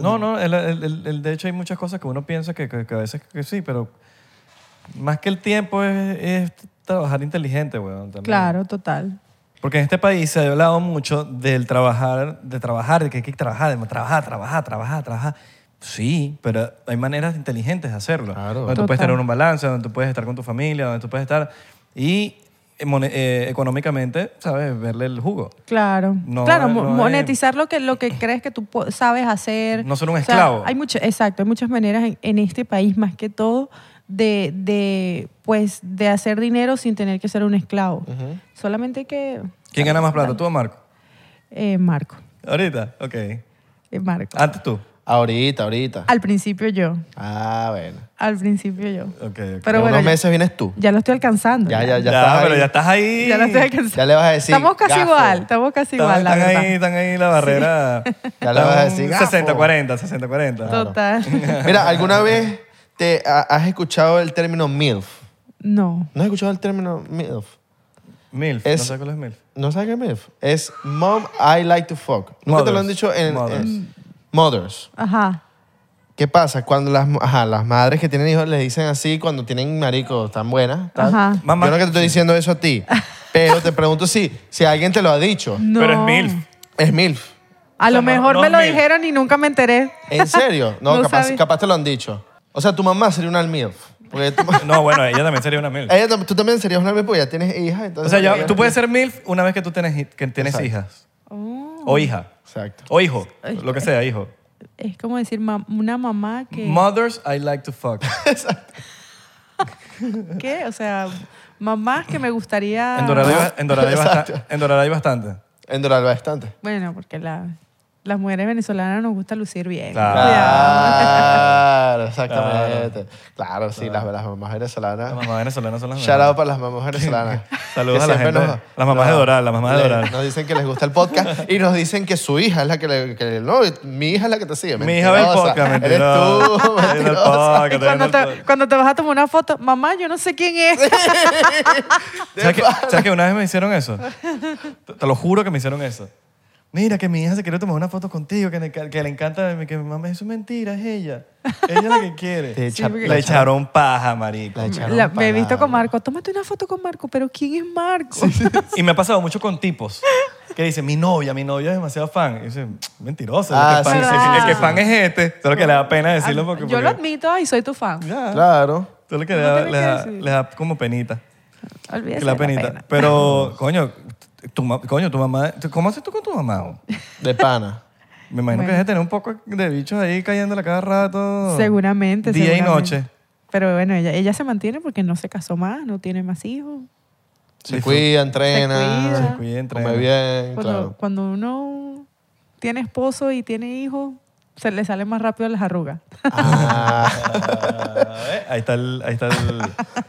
Speaker 3: No, no, el, el- el- el- de hecho hay muchas cosas que uno piensa que, que- que a veces que sí, pero más que el tiempo es, es trabajar inteligente, weón. también.
Speaker 5: Claro, total.
Speaker 3: Porque en este país se ha hablado mucho del trabajar, de trabajar, de que hay que trabajar, de trabajar, trabajar, trabajar, trabajar. Sí, pero hay maneras inteligentes de hacerlo.
Speaker 4: Claro.
Speaker 3: Donde tú puedes
Speaker 5: Total.
Speaker 3: tener un balance, donde tú puedes estar con tu familia, donde tú puedes estar. Y eh, mone- eh, económicamente, ¿sabes? Verle el jugo.
Speaker 5: Claro,
Speaker 3: No,
Speaker 5: claro, mo-
Speaker 3: no es-
Speaker 5: monetizar lo que lo que crees que tú po- sabes hacer.
Speaker 3: No ser un
Speaker 5: O sea,
Speaker 3: esclavo.
Speaker 5: hay mucho, exacto, hay muchas maneras en, en este país más que todo de, de, pues de hacer dinero sin tener que ser un esclavo. Solamente que
Speaker 3: ¿Quién gana más plata, tú o Marco?
Speaker 5: eh, Marco,
Speaker 3: Ahorita, ok.
Speaker 5: eh, Marco.
Speaker 3: Antes tú.
Speaker 4: Ahorita, ahorita.
Speaker 5: Al principio yo,
Speaker 4: Ah, bueno.
Speaker 5: al principio yo.
Speaker 3: Ok, ok.
Speaker 5: Pero
Speaker 4: en
Speaker 5: bueno,
Speaker 4: unos
Speaker 5: ya,
Speaker 4: meses vienes tú.
Speaker 5: ya lo estoy alcanzando.
Speaker 4: Ya, ya, ya.
Speaker 3: Ya,
Speaker 4: estás
Speaker 3: pero
Speaker 4: ahí.
Speaker 3: ya
Speaker 4: [LAUGHS]
Speaker 3: estás ahí.
Speaker 5: Ya lo estoy alcanzando.
Speaker 4: Ya le vas a decir,
Speaker 5: Estamos casi
Speaker 4: gafo.
Speaker 5: igual, estamos casi
Speaker 3: Están,
Speaker 5: igual, la
Speaker 3: están
Speaker 5: verdad.
Speaker 3: ahí, están ahí la barrera.
Speaker 4: Ya le vas a decir, gafo.
Speaker 3: 60-40, 60-40. [LAUGHS]
Speaker 5: Total.
Speaker 4: Mira, alguna vez te ha- has escuchado el término MILF?
Speaker 5: No.
Speaker 4: ¿No has escuchado el término MILF?
Speaker 3: MILF,
Speaker 4: Es-
Speaker 3: no sé cuál es MILF.
Speaker 4: ¿No sabes qué es MILF? Es Mom I Like to Fuck. ¿Nunca te lo han
Speaker 3: Mothers.
Speaker 4: dicho en... en-
Speaker 3: Mothers.
Speaker 4: mothers.
Speaker 5: Ajá.
Speaker 4: ¿Qué pasa? Cuando las, ajá, las madres que tienen hijos les dicen así, cuando tienen marico, tan buenas. tal.
Speaker 5: Ajá.
Speaker 3: Mamá.
Speaker 4: Yo no que te estoy diciendo eso a ti, pero te pregunto si, si alguien te lo ha dicho.
Speaker 5: No.
Speaker 3: Pero es MILF.
Speaker 4: Es MILF.
Speaker 5: A lo
Speaker 3: no-
Speaker 5: mejor
Speaker 3: no
Speaker 5: me
Speaker 3: es
Speaker 5: lo
Speaker 3: mil.
Speaker 5: dijeron y nunca me enteré.
Speaker 3: Eh. [LAUGHS]
Speaker 4: ¿En serio? No,
Speaker 5: No
Speaker 4: capaz,
Speaker 5: sabía.
Speaker 4: capaz te lo han dicho. O sea, tu mamá sería una MILF. Porque tu ma-
Speaker 3: [LAUGHS] No, bueno, ella también sería una MILF.
Speaker 4: ella tam- tú también serías una MILF porque ya tienes hijas.
Speaker 3: O
Speaker 4: Entonces
Speaker 3: sea, yo- tú puedes ser MILF una vez que tú tienes, que tienes
Speaker 4: Exacto.
Speaker 3: hijas. O hija.
Speaker 4: Exacto.
Speaker 3: O hijo. Lo que sea, hijo.
Speaker 5: Es como decir mam- una mamá que...
Speaker 3: Mothers I like to fuck.
Speaker 5: ¿Qué? O sea, mamás que me gustaría...
Speaker 3: En Doraray, ba- en Doraray
Speaker 4: Exacto.
Speaker 3: basta- en Doraray bastante.
Speaker 4: En Doral bastante.
Speaker 5: Bueno, porque la- las mujeres venezolanas nos gusta lucir bien.
Speaker 3: Claro. Ah,
Speaker 4: Claro, exactamente. Claro, sí, las, las mamás venezolanas.
Speaker 3: Las mamás venezolanas son las
Speaker 4: Shout
Speaker 3: mejores.
Speaker 4: out para las mamás venezolanas.
Speaker 3: [LAUGHS] Saludos
Speaker 4: que
Speaker 3: a la
Speaker 4: siempre
Speaker 3: gente. Las mamás de Doral, las mamás de
Speaker 4: le-
Speaker 3: Doral.
Speaker 4: Nos dicen que les gusta el podcast y nos dicen que su hija es la que le... que le- no, mi hija es la que te sigue.
Speaker 3: Mi hija ve el
Speaker 4: Mentirosa.
Speaker 3: podcast,
Speaker 4: Eres [LAUGHS] tú,
Speaker 3: mentirosa. Viene el
Speaker 4: mentirosa.
Speaker 3: podcast,
Speaker 5: Y
Speaker 3: viene
Speaker 5: cuando
Speaker 3: el
Speaker 5: te,
Speaker 3: podcast.
Speaker 5: cuando te vas a tomar una foto, mamá, yo no sé quién es.
Speaker 3: ¿Sabes que, sabes que una vez me hicieron eso? Te, te lo juro que me hicieron eso. Mira, que mi hija se quiere tomar una foto contigo, que, le- que le encanta, que mi mamá, eso es mentira, es ella. Ella es la que
Speaker 4: Te
Speaker 3: quiere.
Speaker 4: echa-
Speaker 5: porque-
Speaker 3: Le echaron paja, marico.
Speaker 4: La echaron
Speaker 5: [LAUGHS] La- me he visto
Speaker 4: para-
Speaker 5: con Marco. Tómate una foto con Marco, pero ¿quién es Marco?
Speaker 3: [LAUGHS] Y me ha pasado mucho con tipos que dicen, mi novia, mi novia es demasiado fan. Y dicen, mentiroso.
Speaker 4: Ah,
Speaker 3: el, que
Speaker 4: sí,
Speaker 3: fan,
Speaker 5: sí,
Speaker 3: el-
Speaker 5: sí,
Speaker 3: el
Speaker 5: sí,
Speaker 3: que
Speaker 5: sí.
Speaker 3: fan es este. Solo que le da pena decirlo porque...
Speaker 5: Ah, yo lo
Speaker 3: porque-
Speaker 5: admito y soy tu fan.
Speaker 3: Ya.
Speaker 4: Claro.
Speaker 3: Solo que
Speaker 5: No
Speaker 3: le da,
Speaker 5: tiene
Speaker 3: le
Speaker 5: que
Speaker 3: da-
Speaker 5: decir.
Speaker 3: le da como penita.
Speaker 5: Olvídese
Speaker 3: Que la
Speaker 5: de la
Speaker 3: penita.
Speaker 5: pena.
Speaker 3: Pero, coño, tu, ma- coño, tu mamá... ¿Cómo haces tú con tu mamá? o? [LAUGHS]
Speaker 4: De pana.
Speaker 3: Me imagino que
Speaker 5: Bueno.
Speaker 3: debe tener un poco de bichos ahí cayéndole cada rato.
Speaker 5: Seguramente.
Speaker 3: Ah. Día y
Speaker 5: seguramente.
Speaker 3: noche.
Speaker 5: Pero bueno, ella, ella se mantiene porque no se casó más, no tiene más hijos.
Speaker 4: Se
Speaker 3: Disfruta.
Speaker 4: cuida, entrena.
Speaker 5: Se Pues
Speaker 3: Se cuida, entrena.
Speaker 4: Come bien,
Speaker 5: Cuando,
Speaker 4: claro.
Speaker 5: cuando uno tiene esposo y tiene hijos, se le salen más rápido las arrugas.
Speaker 4: Ah.
Speaker 3: [LAUGHS] Ah, ¿eh? Ahí está el... Ahí está el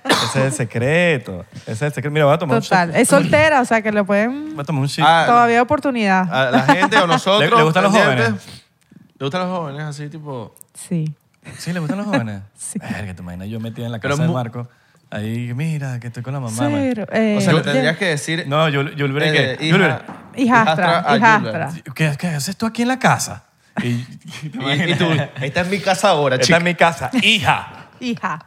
Speaker 3: ese es el secreto. Ese es el secreto. Mira, voy a tomar
Speaker 5: Total.
Speaker 3: un
Speaker 5: Es soltera, o sea que lo
Speaker 3: shot.
Speaker 5: pueden.
Speaker 3: Voy a tomar un shot.
Speaker 4: Ah,
Speaker 5: Todavía hay oportunidad.
Speaker 4: A la gente o nosotros.
Speaker 3: ¿Le- le gustan los
Speaker 4: pendientes.
Speaker 3: jóvenes?
Speaker 4: ¿Le gustan los jóvenes así tipo?
Speaker 5: Sí.
Speaker 3: Sí, le gustan los jóvenes.
Speaker 5: [LAUGHS] Sí.
Speaker 3: Verga, te imaginas yo metida en la
Speaker 4: Pero
Speaker 3: casa de
Speaker 4: mu-
Speaker 3: Marco. Ahí, mira, que estoy con la mamá. man.
Speaker 5: Cero. Eh,
Speaker 4: O sea, le
Speaker 5: ya-
Speaker 4: tendrías que decir.
Speaker 3: No, yo, yo le hubiera
Speaker 4: eh,
Speaker 3: que- yo le hubiera-
Speaker 4: hija,
Speaker 5: Hijastra,
Speaker 4: a
Speaker 5: hijastra.
Speaker 4: Gilbert.
Speaker 3: ¿qué, ¿Qué haces tú aquí en la casa? Y, [LAUGHS] ¿te
Speaker 4: Y, y
Speaker 3: imaginas?
Speaker 4: tú, esta es mi casa ahora,
Speaker 3: Está
Speaker 4: chica.
Speaker 3: en mi casa. Hija,
Speaker 5: Hija.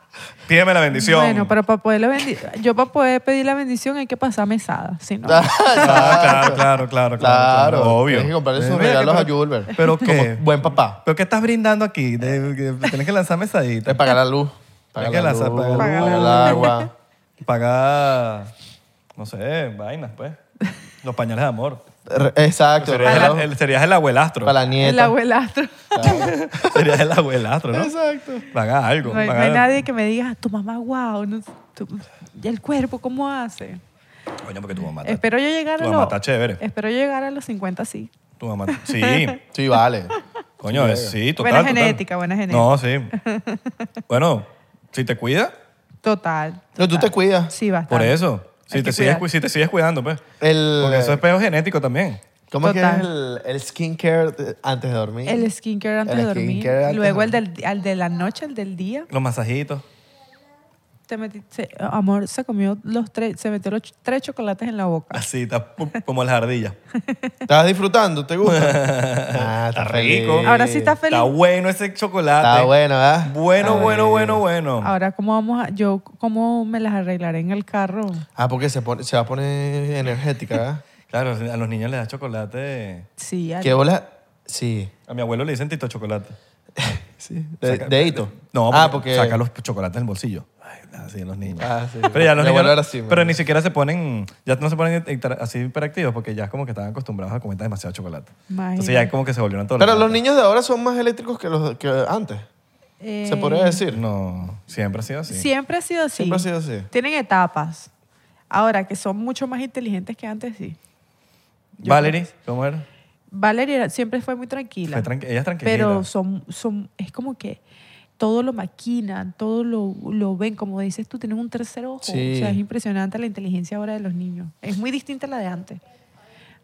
Speaker 3: pídeme la bendición.
Speaker 5: Bueno, pero para poder la bendi- yo para poder pedir la bendición hay que pasar mesada, si no.
Speaker 4: [LAUGHS]
Speaker 3: Ah, claro, claro, claro, claro, claro, obvio.
Speaker 4: Tienes que comprarle sus
Speaker 3: Mira,
Speaker 4: regalos a
Speaker 3: pero-
Speaker 4: Julber.
Speaker 3: ¿Pero qué?
Speaker 4: Buen papá.
Speaker 3: ¿Pero qué estás brindando aquí? De- que tienes que lanzar
Speaker 4: Te
Speaker 3: mesadita.
Speaker 4: paga la luz. Paga
Speaker 3: Hay que
Speaker 4: la luz.
Speaker 3: lanzar- pagar-
Speaker 4: Paga
Speaker 5: pagar
Speaker 4: el
Speaker 5: la luz.
Speaker 4: agua.
Speaker 3: Pagar, no sé, vainas, pues. Los pañales de amor.
Speaker 4: Re- Exacto.
Speaker 3: Serías
Speaker 4: regalo
Speaker 3: el, el- serías el abuelastro.
Speaker 4: Para la
Speaker 5: El
Speaker 4: nieta.
Speaker 5: abuelastro.
Speaker 3: [LAUGHS] Serías el abuelastro, ¿no?
Speaker 4: Exacto.
Speaker 3: Paga algo.
Speaker 5: No hay, no
Speaker 3: paga-
Speaker 5: hay nadie que me diga, tu mamá, wow, no, tu- y el cuerpo, ¿cómo hace?
Speaker 3: Coño, porque tu mamá está-
Speaker 5: Espero yo llegar
Speaker 3: Tu
Speaker 5: a Eh.
Speaker 3: mamá
Speaker 5: los...
Speaker 3: está chévere.
Speaker 5: Espero yo llegar a los 50, sí.
Speaker 3: Tu
Speaker 5: [LAUGHS]
Speaker 3: mamá. Sí.
Speaker 4: Sí, vale.
Speaker 3: Coño, es- sí, total.
Speaker 5: Buena
Speaker 3: total.
Speaker 5: genética, buena genética.
Speaker 3: No, sí.
Speaker 5: [LAUGHS]
Speaker 3: Bueno, si te cuidas,
Speaker 5: Total.
Speaker 4: No, tú
Speaker 5: total.
Speaker 4: te cuidas.
Speaker 5: Sí, bastante.
Speaker 3: por eso. Si
Speaker 5: Hay
Speaker 3: te,
Speaker 5: que
Speaker 3: sigues,
Speaker 5: cuidar.
Speaker 3: cu- si te sigues cuidando, pues.
Speaker 4: El,
Speaker 3: Porque eso es peo genético también.
Speaker 4: ¿Cómo es que es
Speaker 5: Total.
Speaker 4: el, el skincare de- antes de dormir?
Speaker 5: El skincare antes
Speaker 4: El
Speaker 5: de dormir.
Speaker 4: skincare antes
Speaker 5: Luego
Speaker 4: de-
Speaker 5: el, del, al de la noche, el del día.
Speaker 3: Los masajitos.
Speaker 5: Te metiste, amor, se comió los tres, se metió los ch- tres chocolates en la boca.
Speaker 3: Así, está pum, como las ardillas.
Speaker 4: ¿Estás disfrutando?
Speaker 3: [LAUGHS]
Speaker 4: ¿Te gusta? ah, está rico.
Speaker 5: Ahora sí está feliz.
Speaker 3: Está bueno ese chocolate.
Speaker 4: Está bueno, ¿verdad?
Speaker 3: Bueno,
Speaker 4: Ay.
Speaker 3: bueno, bueno, bueno.
Speaker 5: Ahora, ¿cómo vamos a, yo cómo me las arreglaré en el carro?
Speaker 4: Ah, porque se, pone- se va a poner energética,
Speaker 5: [LAUGHS]
Speaker 4: ¿verdad?
Speaker 3: Claro, a los niños les da chocolate.
Speaker 5: Sí, al-
Speaker 4: ¿Qué bola? Sí.
Speaker 3: A mi abuelo le dicen tito chocolate.
Speaker 4: [LAUGHS] sí. De,
Speaker 3: Saca-
Speaker 4: deito.
Speaker 3: No,
Speaker 4: ah, porque.
Speaker 3: porque saca los chocolates del bolsillo. Ay, así los niños.
Speaker 4: Ah, sí.
Speaker 3: Pero ya los niños.
Speaker 4: Mi abuelo era así,
Speaker 3: pero
Speaker 4: man.
Speaker 3: ni siquiera se ponen, ya no se ponen hiper- así hiperactivos porque ya es como que están acostumbrados a comer demasiado chocolate. Entonces ya
Speaker 5: Imagínate.
Speaker 3: es como que se volvieron todos.
Speaker 4: Pero los niños de ahora son más eléctricos que los que antes.
Speaker 5: Eh,
Speaker 4: Se podría decir.
Speaker 3: No, siempre ha sido así.
Speaker 5: Siempre ha sido así.
Speaker 4: Siempre ha sido así.
Speaker 5: Tienen etapas. Ahora, que son mucho más inteligentes que antes, sí. Yo
Speaker 3: Valerie, ¿cómo era?
Speaker 5: Valeria era- siempre fue muy tranquila.
Speaker 3: Fue tranqui- ella es tranquila.
Speaker 5: Pero son, son, es como que todo lo maquinan, todo lo, lo ven. Como dices tú, tienes un tercer ojo.
Speaker 4: Sí.
Speaker 5: O sea, es impresionante la inteligencia ahora de los niños. Es muy distinta a la de antes.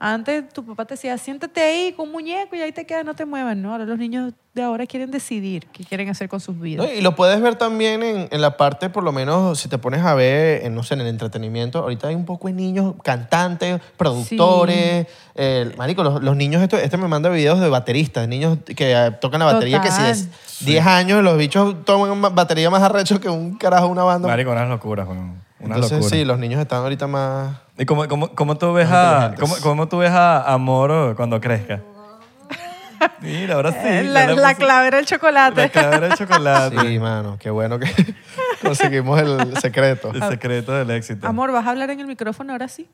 Speaker 5: Antes tu papá te decía, siéntate ahí con un muñeco y ahí te quedas, no te muevas. No, ahora los niños de ahora quieren decidir qué quieren hacer con sus vidas.
Speaker 4: No, y lo puedes ver también en, en la parte, por lo menos, si te pones a ver, en, no sé, en el entretenimiento. Ahorita hay un poco de niños, cantantes, productores. eh, marico, los, los niños, esto, este me manda videos de bateristas, niños que eh, tocan la batería, que
Speaker 5: Total.
Speaker 4: si es 10 años, los bichos toman una batería más arrecho que un carajo, una banda.
Speaker 3: Marico, unas locuras, weón. Unas
Speaker 4: Entonces,
Speaker 3: locuras.
Speaker 4: sí, los niños están ahorita más.
Speaker 3: ¿Y cómo, cómo- cómo tú ves a,
Speaker 4: inteligentes.
Speaker 3: cómo, cómo tú ves a, a Moro cuando crezca? Mira, ahora sí.
Speaker 5: Eh,
Speaker 3: ya
Speaker 5: la,
Speaker 3: le
Speaker 5: la
Speaker 3: puse-
Speaker 5: clave era el chocolate.
Speaker 3: La clave de chocolate.
Speaker 4: Ah, Sí, mano, qué bueno que [LAUGHS] conseguimos el secreto.
Speaker 3: El secreto del éxito.
Speaker 5: Amor, ¿vas a hablar en el micrófono ahora sí?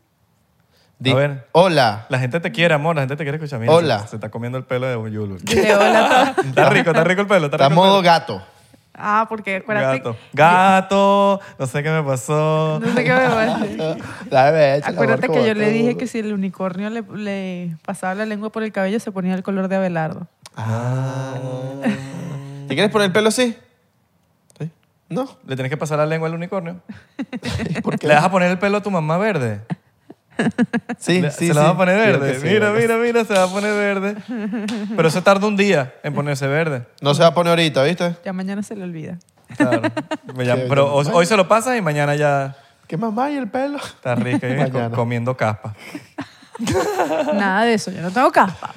Speaker 4: Di-
Speaker 3: A ver.
Speaker 4: Hola.
Speaker 3: La gente te quiere, amor. La gente te quiere escuchar. Mira,
Speaker 4: Hola.
Speaker 3: Se, se está comiendo el pelo de
Speaker 5: [LAUGHS]
Speaker 3: Yulu.
Speaker 5: Dile hola.
Speaker 3: [LAUGHS] Está rico, está rico el pelo. Está,
Speaker 4: Está
Speaker 3: rico el
Speaker 4: modo
Speaker 3: pelo.
Speaker 4: gato.
Speaker 5: Ah, porque acuérdate.
Speaker 3: Gato. Gato. No sé qué me pasó.
Speaker 5: [LAUGHS] No sé qué me va
Speaker 4: [LAUGHS]
Speaker 5: a decir.
Speaker 4: Dale, échale,
Speaker 5: Acuérdate
Speaker 4: amor,
Speaker 5: que yo
Speaker 4: como
Speaker 5: le
Speaker 4: tú.
Speaker 5: dije que si el unicornio le, le pasaba la lengua por el cabello se ponía el color de Abelardo.
Speaker 4: Ah. ¿Te quieres poner el pelo así? ¿Sí? No.
Speaker 3: Le tienes que pasar la lengua al unicornio.
Speaker 4: ¿Por [LAUGHS] qué?
Speaker 3: ¿Le vas a poner el pelo a tu mamá verde?
Speaker 4: Sí,
Speaker 3: Le-
Speaker 4: sí,
Speaker 3: se la va
Speaker 4: sí.
Speaker 3: a poner
Speaker 4: Creo
Speaker 3: verde.
Speaker 4: que sí,
Speaker 3: mira,
Speaker 4: creo que
Speaker 3: mira, mira, se va a poner
Speaker 5: [LAUGHS]
Speaker 3: verde. Pero eso tarda un día en ponerse verde.
Speaker 4: sí. No se va a poner ahorita, ¿viste?
Speaker 5: Ya mañana se le olvida.
Speaker 3: Claro. Me llama-
Speaker 4: Qué
Speaker 3: pero
Speaker 4: bien.
Speaker 3: hoy, hoy se lo pasas y mañana ya
Speaker 4: ¿Qué mamá y el [LAUGHS] pelo?
Speaker 3: está rica y co-
Speaker 4: Mañana.
Speaker 3: comiendo
Speaker 4: [LAUGHS]
Speaker 3: caspa.
Speaker 5: Nada de eso, yo no tengo caspa.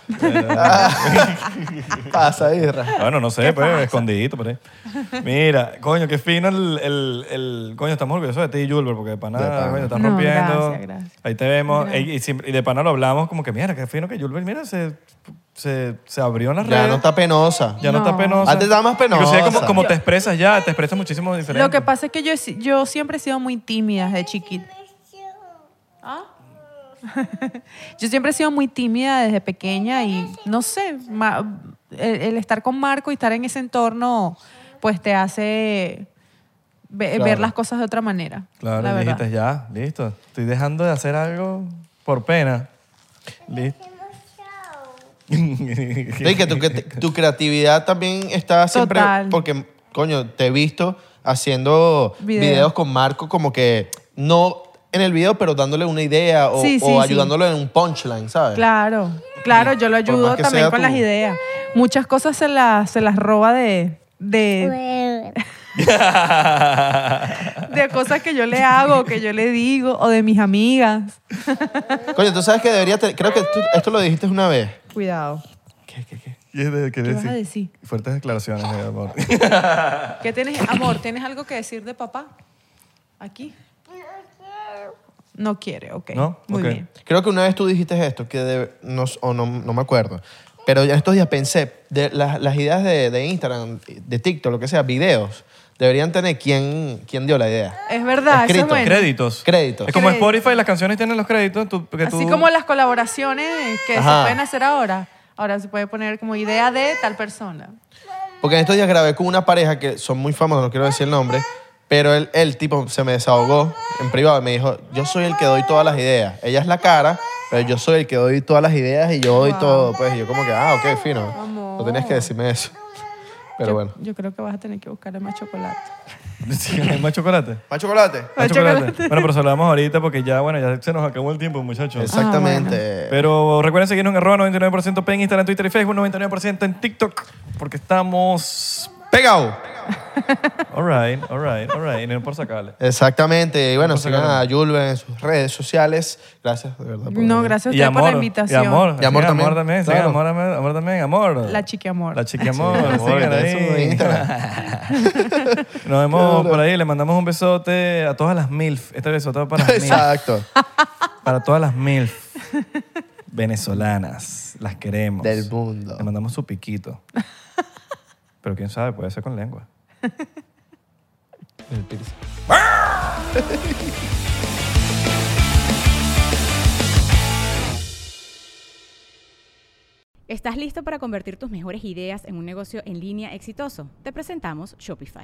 Speaker 4: Pasa, Isra.
Speaker 3: Bueno, no sé, pues, escondidito por ahí. Mira, coño, qué fino el, el- el- Coño, estamos orgullosos de ti, Julber, porque de pana,
Speaker 4: De pana.
Speaker 3: coño, estás
Speaker 5: No,
Speaker 3: rompiendo.
Speaker 5: gracias, gracias.
Speaker 3: Ahí te vemos. Y, y siempre- y de pana lo hablamos como que, mira, qué fino que Julber, mira, se, se, se abrió en las
Speaker 4: Ya
Speaker 3: redes.
Speaker 4: no está penosa.
Speaker 3: Ya no,
Speaker 5: No.
Speaker 3: está penosa.
Speaker 4: Antes estaba más penosa.
Speaker 3: Inclusive como, como te expresas ya, te expresas muchísimo diferente.
Speaker 5: Lo que pasa es que yo, he si- yo siempre he sido muy tímida desde chiquita. ¿Ah? [LAUGHS] yo siempre he sido muy tímida desde pequeña y no sé, ma- el, el estar con Marco y estar en ese entorno pues te hace ve-
Speaker 4: Claro.
Speaker 5: ver las cosas de otra manera.
Speaker 3: Claro,
Speaker 5: la verdad.
Speaker 3: dijiste ya, listo. Estoy dejando de hacer algo por pena.
Speaker 4: [LAUGHS]
Speaker 3: Listo.
Speaker 4: Sí, que tu,
Speaker 3: [LAUGHS]
Speaker 4: que te- [LAUGHS] tu creatividad también está siempre.
Speaker 5: Total.
Speaker 4: Porque, coño, te he visto haciendo
Speaker 5: Video.
Speaker 4: videos con Marco, como que no en el video, pero dándole una idea o,
Speaker 5: Sí, sí,
Speaker 4: o
Speaker 5: sí.
Speaker 4: ayudándolo en un punchline, ¿sabes?
Speaker 5: Claro, claro, yo lo
Speaker 4: Por más
Speaker 5: ayudo
Speaker 4: que
Speaker 5: también
Speaker 4: sea
Speaker 5: con
Speaker 4: tu-
Speaker 5: las ideas. Muchas cosas se las, se las roba de, de, de cosas que yo le hago, que yo le digo, o de mis amigas.
Speaker 4: [LAUGHS] Coño, tú sabes que debería. tener- creo que tú- esto lo dijiste una vez.
Speaker 5: Cuidado.
Speaker 3: ¿Qué, qué, qué? ¿Qué, de-
Speaker 5: ¿Qué vas a decir?
Speaker 3: Fuertes declaraciones, mi
Speaker 4: [LAUGHS]
Speaker 3: amor.
Speaker 5: ¿Qué tienes, amor? ¿Tienes algo que decir de papá? Aquí. No quiere, ok.
Speaker 3: No,
Speaker 5: Muy
Speaker 3: ok.
Speaker 5: bien.
Speaker 4: Creo que una vez tú dijiste esto, que de- no, s- o no, no me acuerdo. Pero ya estos días pensé, de las, las ideas de, de Instagram, de TikTok, lo que sea, videos, deberían tener quién, quién dio la idea.
Speaker 5: Es verdad, eso
Speaker 4: Escrito.
Speaker 5: es bueno.
Speaker 3: Créditos.
Speaker 4: Créditos.
Speaker 3: Es como
Speaker 5: Créditos.
Speaker 3: Spotify, las canciones tienen los créditos. tú- que
Speaker 5: Así
Speaker 3: tú-
Speaker 5: como las colaboraciones que
Speaker 4: Ajá.
Speaker 5: se pueden hacer ahora. Ahora se puede poner como idea de tal persona.
Speaker 4: Porque en estos días grabé con una pareja que son muy famosos, no quiero decir el nombre, pero él, el tipo se me desahogó en privado y me dijo, yo soy el que doy todas las ideas. Ella es la cara, pero yo soy el que doy todas las ideas y yo doy todo. Pues y yo como que, ah, ok, fino. No tenías que decirme eso. Pero
Speaker 5: yo,
Speaker 4: bueno.
Speaker 5: Yo creo que vas a tener que buscarle más chocolate.
Speaker 3: [LAUGHS] Sí, ¿Hay más
Speaker 5: [LAUGHS]
Speaker 3: chocolate?
Speaker 4: ¿Más chocolate?
Speaker 3: ¿Más chocolate? Bueno, pero se lo damos ahorita porque ya, bueno, ya se nos acabó el tiempo,
Speaker 5: Ah,
Speaker 3: muchachos.
Speaker 4: Exactamente.
Speaker 3: Pero recuerden seguirnos en arroba 99% P en Instagram, Twitter y Facebook, 99% en TikTok, porque estamos...
Speaker 4: Pegao.
Speaker 3: All right, all right, all right. No por sacarle.
Speaker 4: Exactamente. Y bueno, sigan a Julven en sus redes sociales. Gracias, de verdad. por
Speaker 5: No,
Speaker 4: venir. [LAUGHS]
Speaker 5: gracias a usted por la invitación.
Speaker 3: Y amor,
Speaker 4: Y amor
Speaker 3: Sí,
Speaker 4: también.
Speaker 3: Amor también, sí,
Speaker 4: Claro.
Speaker 3: amor, amor, amor también, amor.
Speaker 5: La chiqui amor.
Speaker 3: La chiqui amor.
Speaker 4: Sí, amor,
Speaker 3: síganla
Speaker 4: que tiene su
Speaker 3: ahí. [LAUGHS] Nos vemos por ahí, le mandamos un besote a todas las MILF. Este besote va para las MILF.
Speaker 4: Exacto.
Speaker 3: Para todas las MILF venezolanas. Las queremos.
Speaker 4: Del mundo.
Speaker 3: Le mandamos su piquito. Pero quién sabe, puede ser con lengua.
Speaker 4: El piercing.
Speaker 2: ¿Estás listo para convertir tus mejores ideas en un negocio en línea exitoso? Te presentamos Shopify.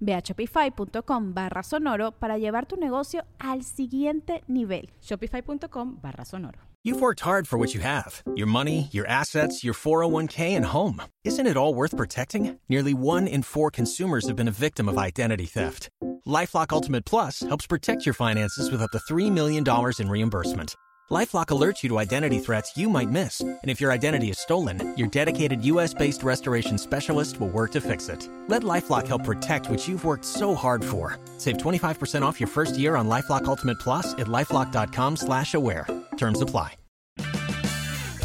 Speaker 1: Ve a shopify.com barra sonoro para llevar tu negocio al siguiente nivel.
Speaker 2: Shopify.com barra sonoro.
Speaker 8: You've worked hard for what you have your money, your assets, your 401k, and home. Isn't it all worth protecting? Nearly one in four consumers have been a victim of identity theft. Lifelock Ultimate Plus helps protect your finances with up to $3 million in reimbursement. Lifelock alerts you to identity threats you might miss. And if your identity is stolen, your dedicated US based restoration specialist will work to fix it. Let Lifelock help protect what you've worked so hard for. Save 25% off your first year on Lifelock Ultimate Plus at lifelock.com slash aware. Terms apply.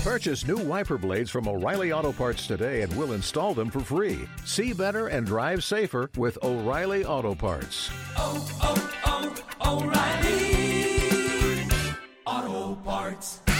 Speaker 6: Purchase new wiper blades from O'Reilly Auto Parts today and we'll install them for free. See better and drive safer with O'Reilly Auto Parts.
Speaker 9: oh, oh, O'Reilly oh, Auto Parts.